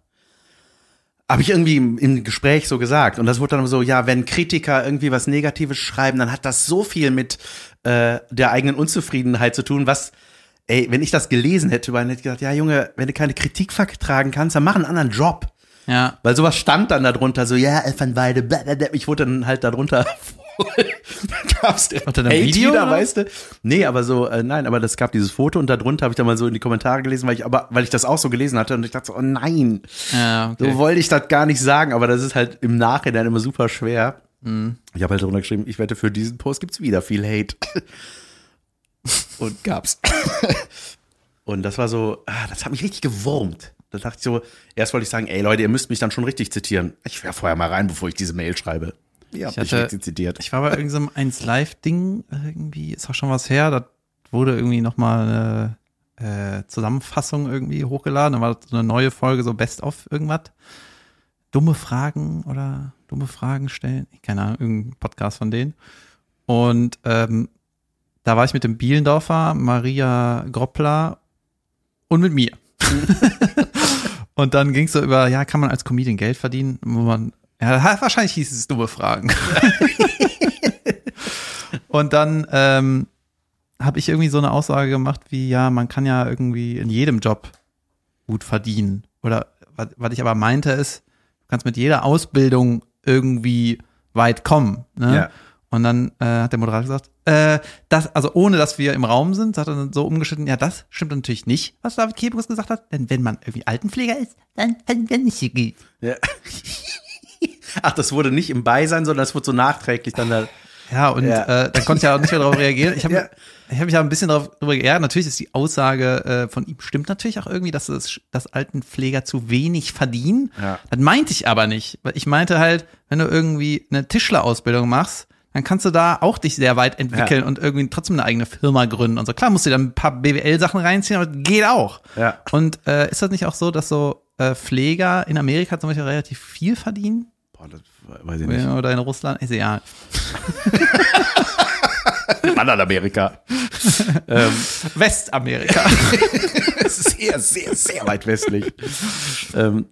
Habe ich irgendwie im, im Gespräch so gesagt. Und das wurde dann so, ja, wenn Kritiker irgendwie was Negatives schreiben, dann hat das so viel mit äh, der eigenen Unzufriedenheit zu tun, was, ey, wenn ich das gelesen hätte, dann hätte ich gesagt, ja, Junge, wenn du keine Kritik vertragen kannst, dann mach einen anderen Job.
Ja.
Weil sowas stand dann darunter, so, ja, Elfan Weide, bla, bla, bla. ich wurde dann halt darunter voll. gab's direkt
Unter einem
Hate
Video,
wieder,
oder?
weißt du? Nee, aber so, äh, nein, aber das gab dieses Foto und darunter habe ich dann mal so in die Kommentare gelesen, weil ich, aber, weil ich das auch so gelesen hatte und ich dachte so, oh nein,
Ja,
so wollte ich das gar nicht sagen, aber das ist halt im Nachhinein immer super schwer.
Mhm.
Ich habe halt darunter geschrieben, ich wette, für diesen Post gibt's wieder viel Hate. Und gab's. Und das war so, ah, das hat mich richtig gewurmt. Da dachte ich so, erst wollte ich sagen, ey Leute, ihr müsst mich dann schon richtig zitieren. Ich wäre vorher mal rein, bevor ich diese Mail schreibe. Ihr habt
Ich
mich
hatte-
richtig zitiert.
Ich war bei irgendeinem 1 Live Ding irgendwie ist auch schon was her, da wurde irgendwie noch mal eine äh, Zusammenfassung irgendwie hochgeladen, da war so eine neue Folge so Best of irgendwas. Dumme Fragen oder dumme Fragen stellen, keine Ahnung, irgendein Podcast von denen. Und ähm, da war ich mit dem Bielendorfer, Maria Groppler und mit mir. und dann ging es so über, ja, kann man als Comedian Geld verdienen? Wo man, ja, wahrscheinlich hieß es dumme Fragen. und dann ähm, habe ich irgendwie so eine Aussage gemacht wie, ja, man kann ja irgendwie in jedem Job gut verdienen. Oder was, was ich aber meinte ist, du kannst mit jeder Ausbildung irgendwie weit kommen. Ne?
Ja.
Und dann äh, hat der Moderator gesagt, äh, das, also ohne dass wir im Raum sind, hat er dann so umgeschnitten, ja, das stimmt natürlich nicht, was David Kebekus gesagt hat, denn wenn man irgendwie Altenpfleger ist, dann kann man nicht so gut.
Ja. Ach, das wurde nicht im Beisein, sondern das wurde so nachträglich dann da.
Ja, und
Ja.
Äh, da konnte ich ja auch nicht mehr darauf reagieren. Ich habe
Ja.
ich hab mich ja ein bisschen darauf darüber geärgert. Natürlich ist die Aussage äh, von ihm stimmt natürlich auch irgendwie, dass, es, dass Altenpfleger zu wenig verdienen.
Ja.
Das meinte ich aber nicht. Weil ich meinte halt, wenn du irgendwie eine Tischlerausbildung machst, dann kannst du da auch dich sehr weit entwickeln und irgendwie trotzdem eine eigene Firma gründen und so. Klar musst du dir dann ein paar BWL-Sachen reinziehen, aber das geht auch.
Ja.
Und äh, ist das nicht auch so, dass so äh, Pfleger in Amerika zum Beispiel relativ viel verdienen?
Boah, das weiß ich nicht.
Ja, Oder in Russland? Ist egal.
Im anderen Amerika.
Westamerika.
sehr, sehr, sehr weit westlich. ähm,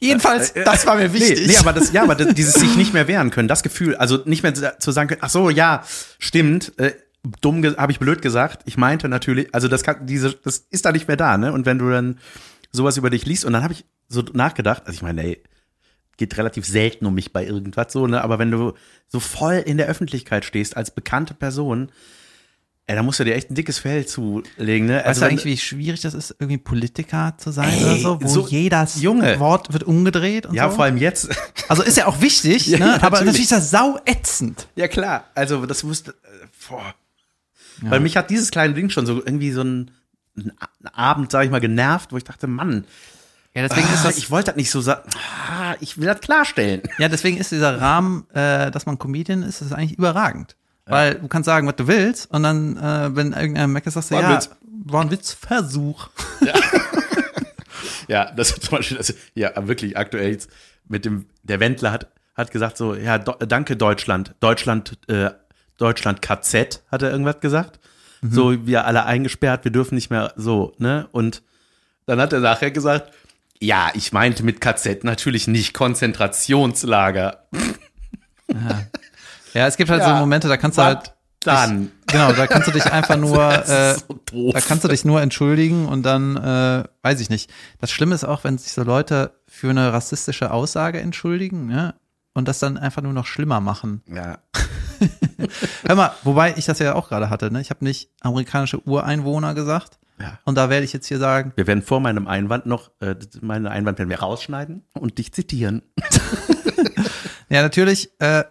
Jedenfalls, das war mir wichtig.
Nee, nee aber das, ja, aber das, dieses sich nicht mehr wehren können, das Gefühl, also nicht mehr zu sagen können, ach so, ja, stimmt, äh, dumm habe ich blöd gesagt. Ich meinte natürlich, also das kann, diese, das ist da nicht mehr da, ne? Und wenn du dann sowas über dich liest und dann habe ich so nachgedacht, also ich meine, ey, geht relativ selten um mich bei irgendwas so, ne? Aber wenn du so voll in der Öffentlichkeit stehst als bekannte Person, ey, da musst du dir echt ein dickes Fell zulegen, ne?
weißt du
wenn-
eigentlich, wie schwierig das ist, irgendwie Politiker zu sein
Ey,
oder so, wo
so-
jedes
Junge.
Wort wird umgedreht und
ja,
so?
vor allem jetzt.
Also ist ja auch wichtig,
Ja,
ne? aber
natürlich.
natürlich ist das sau ätzend.
Ja, klar. Also, das musste. Äh, boah. Weil mich hat dieses kleine Ding schon so irgendwie so ein, ein A- ein Abend, sag ich mal, genervt, wo ich dachte, Mann,
Ja,
ah, ich wollte das nicht so sagen. Ah, ich will das klarstellen.
ja, deswegen ist dieser Rahmen, äh, dass man Comedian ist, ist eigentlich überragend. Weil du kannst sagen, was du willst und dann, äh, wenn irgendeiner meckert, sagst du,
War ein
ja,
Witz.
war ein Witzversuch.
Ja, das ist zum Beispiel, das, ja, wirklich aktuell jetzt mit dem, der Wendler hat, hat gesagt so, ja, do, danke Deutschland, Deutschland, äh, Deutschland KZ, hat er irgendwas gesagt.
Mhm.
So, wir alle eingesperrt, wir dürfen nicht mehr so, ne? Und dann hat er nachher gesagt, ja, ich meinte mit KZ natürlich nicht Konzentrationslager.
Ja, es gibt halt
Ja.
so Momente, da kannst du
Was?
halt,
Dann.
Genau, da kannst du dich einfach nur, äh,
das ist so doof.
da kannst du dich nur entschuldigen und dann, äh, weiß ich nicht. Das Schlimme ist auch, wenn sich so Leute für eine rassistische Aussage entschuldigen, ne? Und das dann einfach nur noch schlimmer machen.
ja.
Hör mal, wobei ich das ja auch gerade hatte, ne? Ich habe nicht amerikanische Ureinwohner gesagt.
Ja.
Und da werde ich jetzt hier sagen,
Wir werden vor meinem Einwand noch, äh, meinen Einwand werden wir rausschneiden und dich zitieren.
Ja, natürlich äh,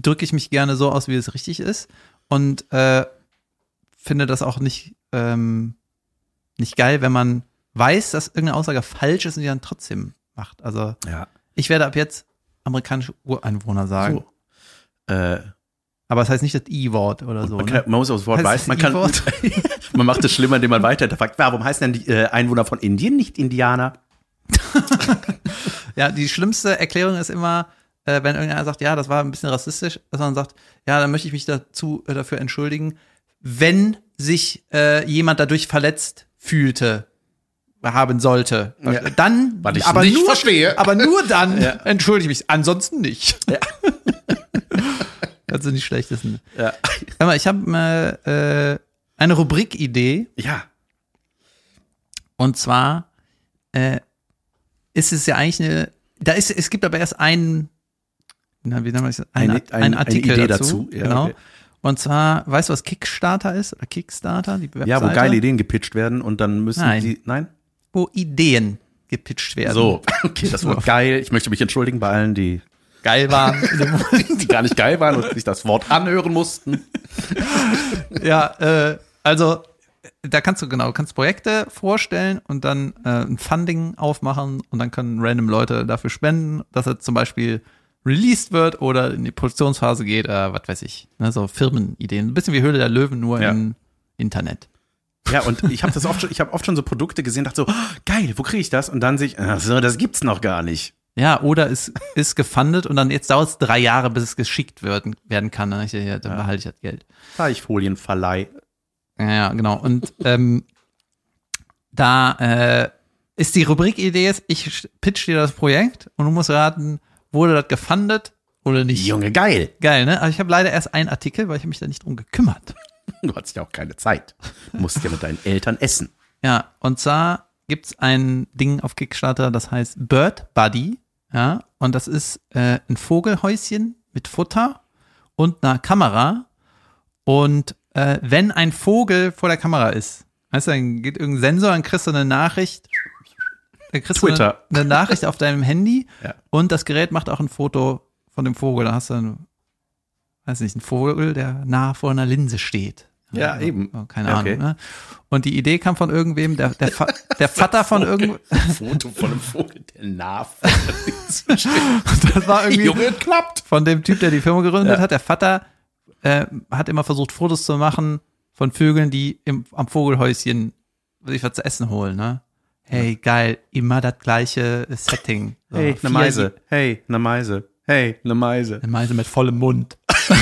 drücke ich mich gerne so aus, wie es richtig ist und äh, finde das auch nicht, ähm, nicht geil, wenn man weiß, dass irgendeine Aussage falsch ist und die dann trotzdem macht. Also
Ja.
ich werde ab jetzt amerikanische Ureinwohner sagen.
So. Äh,
Aber es das heißt nicht das I-Wort oder so.
man, kann,
Ne?
man muss aufs Wort
Heißt
weiß,
das
man kann,
I-Wort?
man macht es schlimmer, indem man weiter fragt, warum heißen denn die äh, Einwohner von Indien nicht Indianer?
Ja, die schlimmste Erklärung ist immer, äh, wenn irgendeiner sagt, ja, das war ein bisschen rassistisch, dass man sagt, ja, dann möchte ich mich dazu äh, dafür entschuldigen, wenn sich äh, jemand dadurch verletzt fühlte, haben sollte,
Ja.
dann,
Weil ich's
aber
nicht
nur,
verstehe.
aber nur dann entschuldige ich mich, ansonsten nicht. das sind die schlechtesten.
Ja.
Hör mal, ich habe äh, äh, eine Rubrikidee.
ja.
Und zwar äh, ist es ja eigentlich eine, da ist, es gibt aber erst einen, na, wie nennt man das? Ein,
Eine-
ein,
ein- eine
Artikel
Idee
dazu.
dazu, ja,
genau.
okay.
Und zwar, weißt du, was Kickstarter ist? Oder Kickstarter, die Webseite?
Ja, wo geile Ideen gepitcht werden und dann müssen
Nein.
die, nein?
Wo Ideen gepitcht werden.
So, okay, das Wort geil. Ich möchte mich entschuldigen bei allen, die,
Geil waren. in dem Moment.
die gar nicht geil waren und sich das Wort anhören mussten.
ja, äh, also da kannst du genau, kannst Projekte vorstellen und dann äh, ein Funding aufmachen und dann können random Leute dafür spenden, dass er zum Beispiel released wird oder in die Produktionsphase geht, äh, was weiß ich, ne, so Firmenideen. Ein bisschen wie Höhle der Löwen, nur
Ja.
im Internet.
Ja, und ich habe das oft schon, ich habe oft schon so Produkte gesehen, dachte so, oh, geil, wo kriege ich das? Und dann sehe ich, ach so, das gibt's noch gar nicht.
Ja, oder es ist gefundet und dann jetzt dauert es drei Jahre, bis es geschickt werden, werden kann. Dann, ich, ja, dann behalte ich das Geld.
Fleischfolienverleih.
Ja, ja, genau. Und ähm, da äh, ist die Rubrikidee jetzt, ich sch- pitch dir das Projekt und du musst raten, wurde das gefundet oder nicht.
Junge, geil.
Geil, ne? Aber ich habe leider erst einen Artikel, weil ich hab mich da nicht drum gekümmert.
Du hattest ja auch keine Zeit. Du musst ja mit deinen Eltern essen.
Ja, und zwar gibt's ein Ding auf Kickstarter, das heißt Bird Buddy. Ja, und das ist äh, ein Vogelhäuschen mit Futter und einer Kamera. Und äh, wenn ein Vogel vor der Kamera ist, weißt du, dann geht irgendein Sensor, dann kriegst du eine Nachricht. Dann kriegst
Twitter.
Du eine, eine Nachricht auf deinem Handy
Ja.
und das Gerät macht auch ein Foto von dem Vogel. Da hast du, einen, weiß nicht, einen Vogel, der nah vor einer Linse steht.
Ja,
Also,
eben.
oh, Keine
Ja,
Ahnung.
okay.
Ne? Und die Idee kam von irgendwem, der, der, Fa der Vater von irgend,
Foto von einem Vogel, der Narv.
das war irgendwie
Junge, klappt.
von dem Typ, der die Firma gegründet hat. Der Vater äh, hat immer versucht, Fotos zu machen von Vögeln, die im, am Vogelhäuschen sich was zu essen holen. Ne? Hey, geil, immer das gleiche Setting. So,
Hey,
vier-
eine Meise. Hey, eine Meise. Hey, eine Meise.
Eine Meise mit vollem Mund.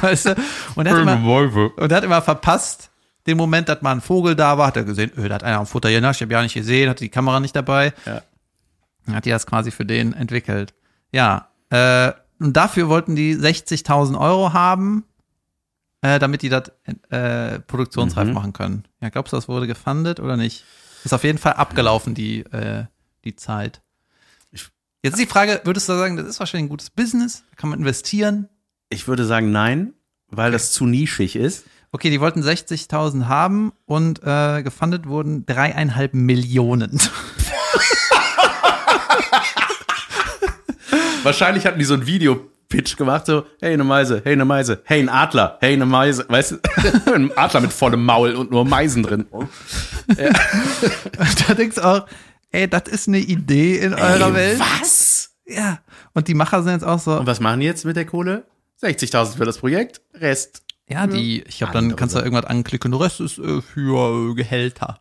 weißt du? Und er hat immer, Und er hat immer verpasst, den Moment, dass mal ein Vogel da war, hat er gesehen, öh, da hat einer am Futter genascht, ich habe ja nicht gesehen, hatte die Kamera nicht dabei.
Ja.
Dann hat die das quasi für den entwickelt. Ja, äh, und dafür wollten die 60.000 Euro haben, äh, damit die das äh, produktionsreif
Mhm.
machen können. Ja, glaubst du, das wurde gefundet oder nicht? Ist auf jeden Fall abgelaufen, die, äh, die Zeit.
Ich-
Jetzt ist die Frage, würdest du sagen, das ist wahrscheinlich ein gutes Business, kann man investieren?
Ich würde sagen, nein, weil das zu nischig ist.
Okay, die wollten 60.000 haben und äh, gefundet wurden dreieinhalb Millionen.
Wahrscheinlich hatten die so ein Video-Pitch gemacht, so, hey, eine Meise, hey, eine Meise, hey, ein Adler, hey, eine Meise. Weißt du, ein Adler mit vollem Maul und nur Meisen drin.
da denkst du auch, ey, das ist eine Idee in eurer Welt.
was?
Ja. Und die Macher sind jetzt auch so,
Und was machen die jetzt mit der Kohle? 60.000 für das Projekt, Rest.
ja, die, ich glaube, dann
Andere
kannst du irgendwas anklicken, der Rest ist äh, für äh, Gehälter.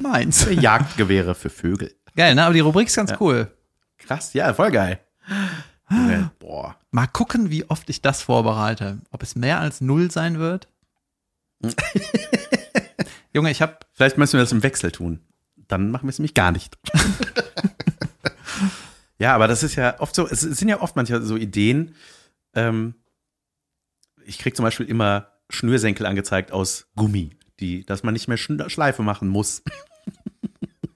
Meins.
Jagdgewehre für Vögel.
Geil, ne? Aber die Rubrik ist ganz cool.
Krass, ja, voll geil. Junge, Boah.
Mal gucken, wie oft ich das vorbereite. Ob es mehr als null sein wird? Junge, ich habe
Vielleicht müssen wir das im Wechsel tun. Dann machen wir es nämlich gar nicht. ja, aber das ist ja oft so, es sind ja oft manchmal so Ideen, ähm, ich krieg zum Beispiel immer Schnürsenkel angezeigt aus Gummi, die, dass man nicht mehr Schn- Schleife machen muss.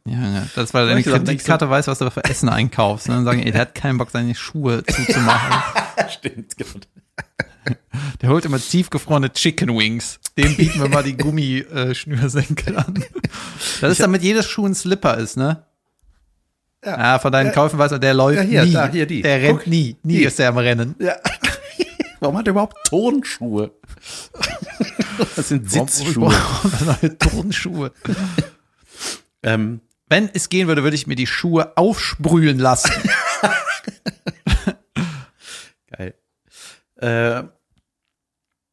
Ja, ja. Das war deine
Ich gesagt, nicht so-
Kreditkarte, weißt, was du für Essen einkaufst. Ne? Und sagen, ey, der hat keinen Bock, seine Schuhe zuzumachen.
Stimmt, genau.
Der holt immer tiefgefrorene Chicken Wings. Dem bieten wir mal die Gummischnürsenkel an. Das ist, damit jedes Schuh ein Slipper ist, ne?
Ja.
Ja, von deinen Kaufen weiß man, der läuft
Ja, hier,
nie.
da, hier, die.
Der rennt
Guck,
nie. Nie
die.
ist der am Rennen.
Ja. Warum hat er überhaupt Turnschuhe? Das sind Sitzschuhe.
Neue Turnschuhe.
Ähm,
Wenn es gehen würde, würde ich mir die Schuhe aufsprühen lassen.
Geil. Äh,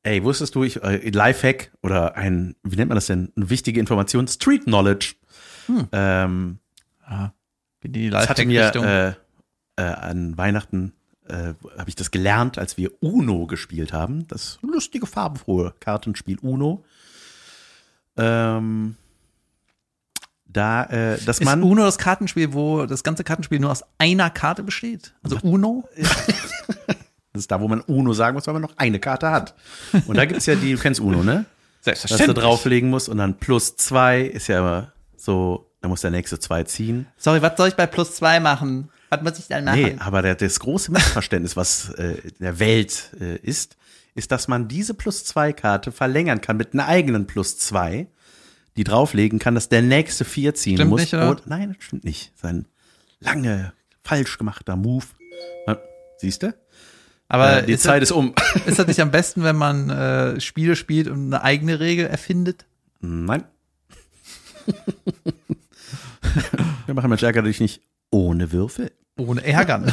ey, wusstest du, ich, äh, Lifehack oder ein, wie nennt man das denn? Eine wichtige Information, Street Knowledge.
Hm.
Ähm,
Wie die
das hatte mir
Lifehack-Richtung.
äh, äh, an Weihnachten äh, habe ich das gelernt, als wir Uno gespielt haben. Das lustige, farbenfrohe Kartenspiel Uno. Ähm, da, äh, dass
Ist
man.
Uno das Kartenspiel, wo das ganze Kartenspiel nur aus einer Karte besteht? Also Uno?
Das ist da, wo man Uno sagen muss, weil man noch eine Karte hat. Und da gibt's ja die, du kennst Uno, ne? Dass du
Selbstverständlich.
drauflegen musst und dann plus zwei ist ja immer so, da muss der nächste zwei ziehen.
Sorry, was soll ich bei plus zwei machen? Was muss ich dann machen?
Nee, aber der, das große Missverständnis, was äh, in der Welt äh, ist, ist, dass man diese plus zwei Karte verlängern kann mit einer eigenen plus zwei, die drauflegen kann, dass der nächste vier ziehen
Stimmt
muss.
nicht, oder?
Und- nein, das stimmt nicht. Sein lange, falsch gemachter Move. Siehst du?
aber
die
Äh, ist,
Zeit ist um.
das, ist das nicht am besten, wenn man äh, Spiele spielt und eine eigene Regel erfindet?
Nein. Wir machen mal stärker dich nicht ohne Würfel.
Ohne ne? Ärgern.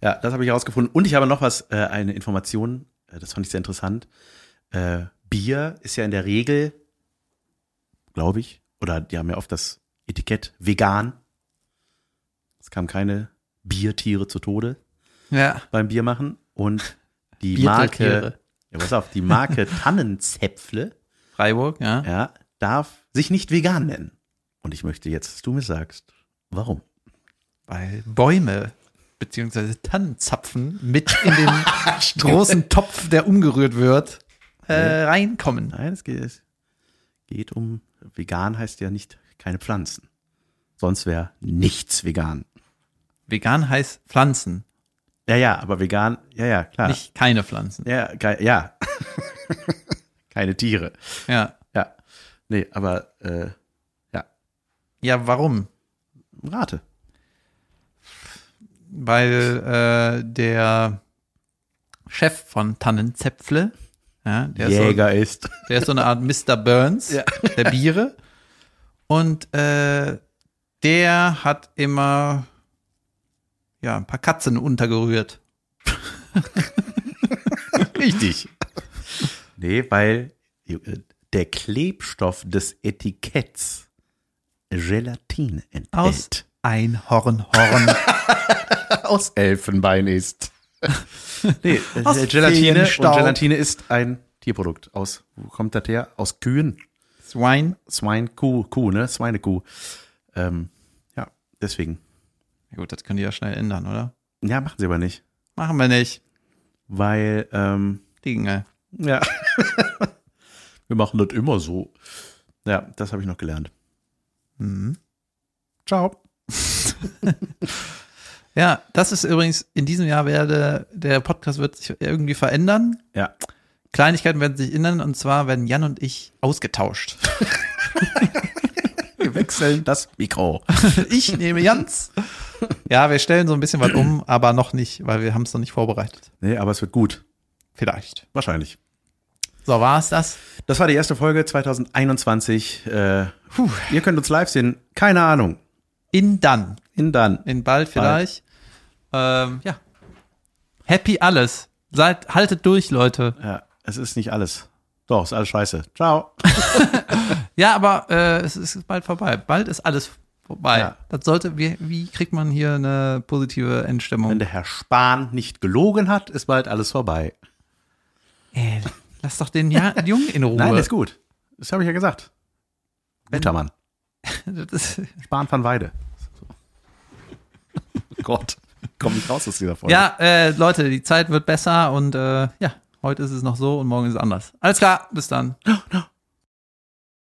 Ja, das habe ich herausgefunden. Und ich habe noch was, äh, eine Information, äh, das fand ich sehr interessant. Äh, Bier ist ja in der Regel, glaube ich, oder die haben ja oft das Etikett vegan. Es kamen keine Biertiere zu Tode
ja.
beim Bier machen. Und die Marke,
Biertiere.
ja, pass auf, die Marke Tannenzäpfle
Freiburg, ja.
ja, darf sich nicht vegan nennen. Und ich möchte jetzt, dass du mir sagst, warum.
Weil Bäume beziehungsweise Tannenzapfen mit in den großen Topf, der umgerührt wird, äh, reinkommen.
Nein, es geht, es geht um, vegan heißt ja nicht keine Pflanzen. Sonst wäre nichts vegan.
Vegan heißt Pflanzen,
Ja, ja, aber vegan, ja, ja, klar.
nicht keine Pflanzen.
Ja, ge- ja. keine Tiere.
Ja.
Ja. Nee, aber äh, ja,
Ja, warum?
rate.
weil äh, der Chef von Tannenzäpfle, ja, der, ist so,
Jäger ist.
der ist so eine Art Mr. Burns
Ja.
der Biere. Und äh, der hat immer ja, ein paar Katzen untergerührt.
Richtig. Nee, weil äh, der Klebstoff des Etiketts Gelatine enthält.
Aus Einhornhorn.
aus Elfenbein ist. nee, äh,
Aus
Gelatine und
Feenstaub.
Gelatine ist ein Tierprodukt. Aus, wo kommt das her? Aus Kühen.
Swine.
Swine, Kuh, Kuh, ne? Schweinekuh. Ähm, ja, deswegen.
Ja gut, das können die ja schnell ändern, oder?
Ja, machen sie aber nicht.
Machen wir nicht.
Weil, ähm,
Dinge.
ja. Wir machen das immer so. Ja, das habe ich noch gelernt.
Mhm.
Ciao.
Ja, das ist übrigens, in diesem Jahr werde, der Podcast wird sich irgendwie verändern.
Ja.
Kleinigkeiten werden sich ändern und zwar werden Jan und ich ausgetauscht.
Wir wechseln das Mikro.
ich nehme Jans. Ja, wir stellen so ein bisschen was um, aber noch nicht, weil wir haben es noch nicht vorbereitet.
Nee, aber es wird gut.
Vielleicht.
Wahrscheinlich.
So, war es das?
Das war die erste Folge 2021. Äh, puh, ihr könnt uns live sehen. Keine Ahnung.
In dann.
In dann.
In bald vielleicht. Ähm, ja. Happy alles. Seid, haltet durch, Leute.
Ja, es ist nicht alles. Doch, ist alles scheiße. Ciao.
Ja, aber äh, es ist bald vorbei. Bald ist alles vorbei.
Ja.
Das sollte, wie, wie kriegt man hier eine positive Endstimmung?
Wenn der Herr Spahn nicht gelogen hat, ist bald alles vorbei.
Ey, Äh, lass doch den ja Jungen in Ruhe.
Nein, ist gut. Das habe ich ja gesagt. Guter Mann.
Das ist-
Spahn van Weide. Gott, komm nicht raus aus dieser Folge.
ja, äh, Leute, die Zeit wird besser und äh, ja, Heute ist es noch so und morgen ist es anders. Alles klar, bis dann.
No, no.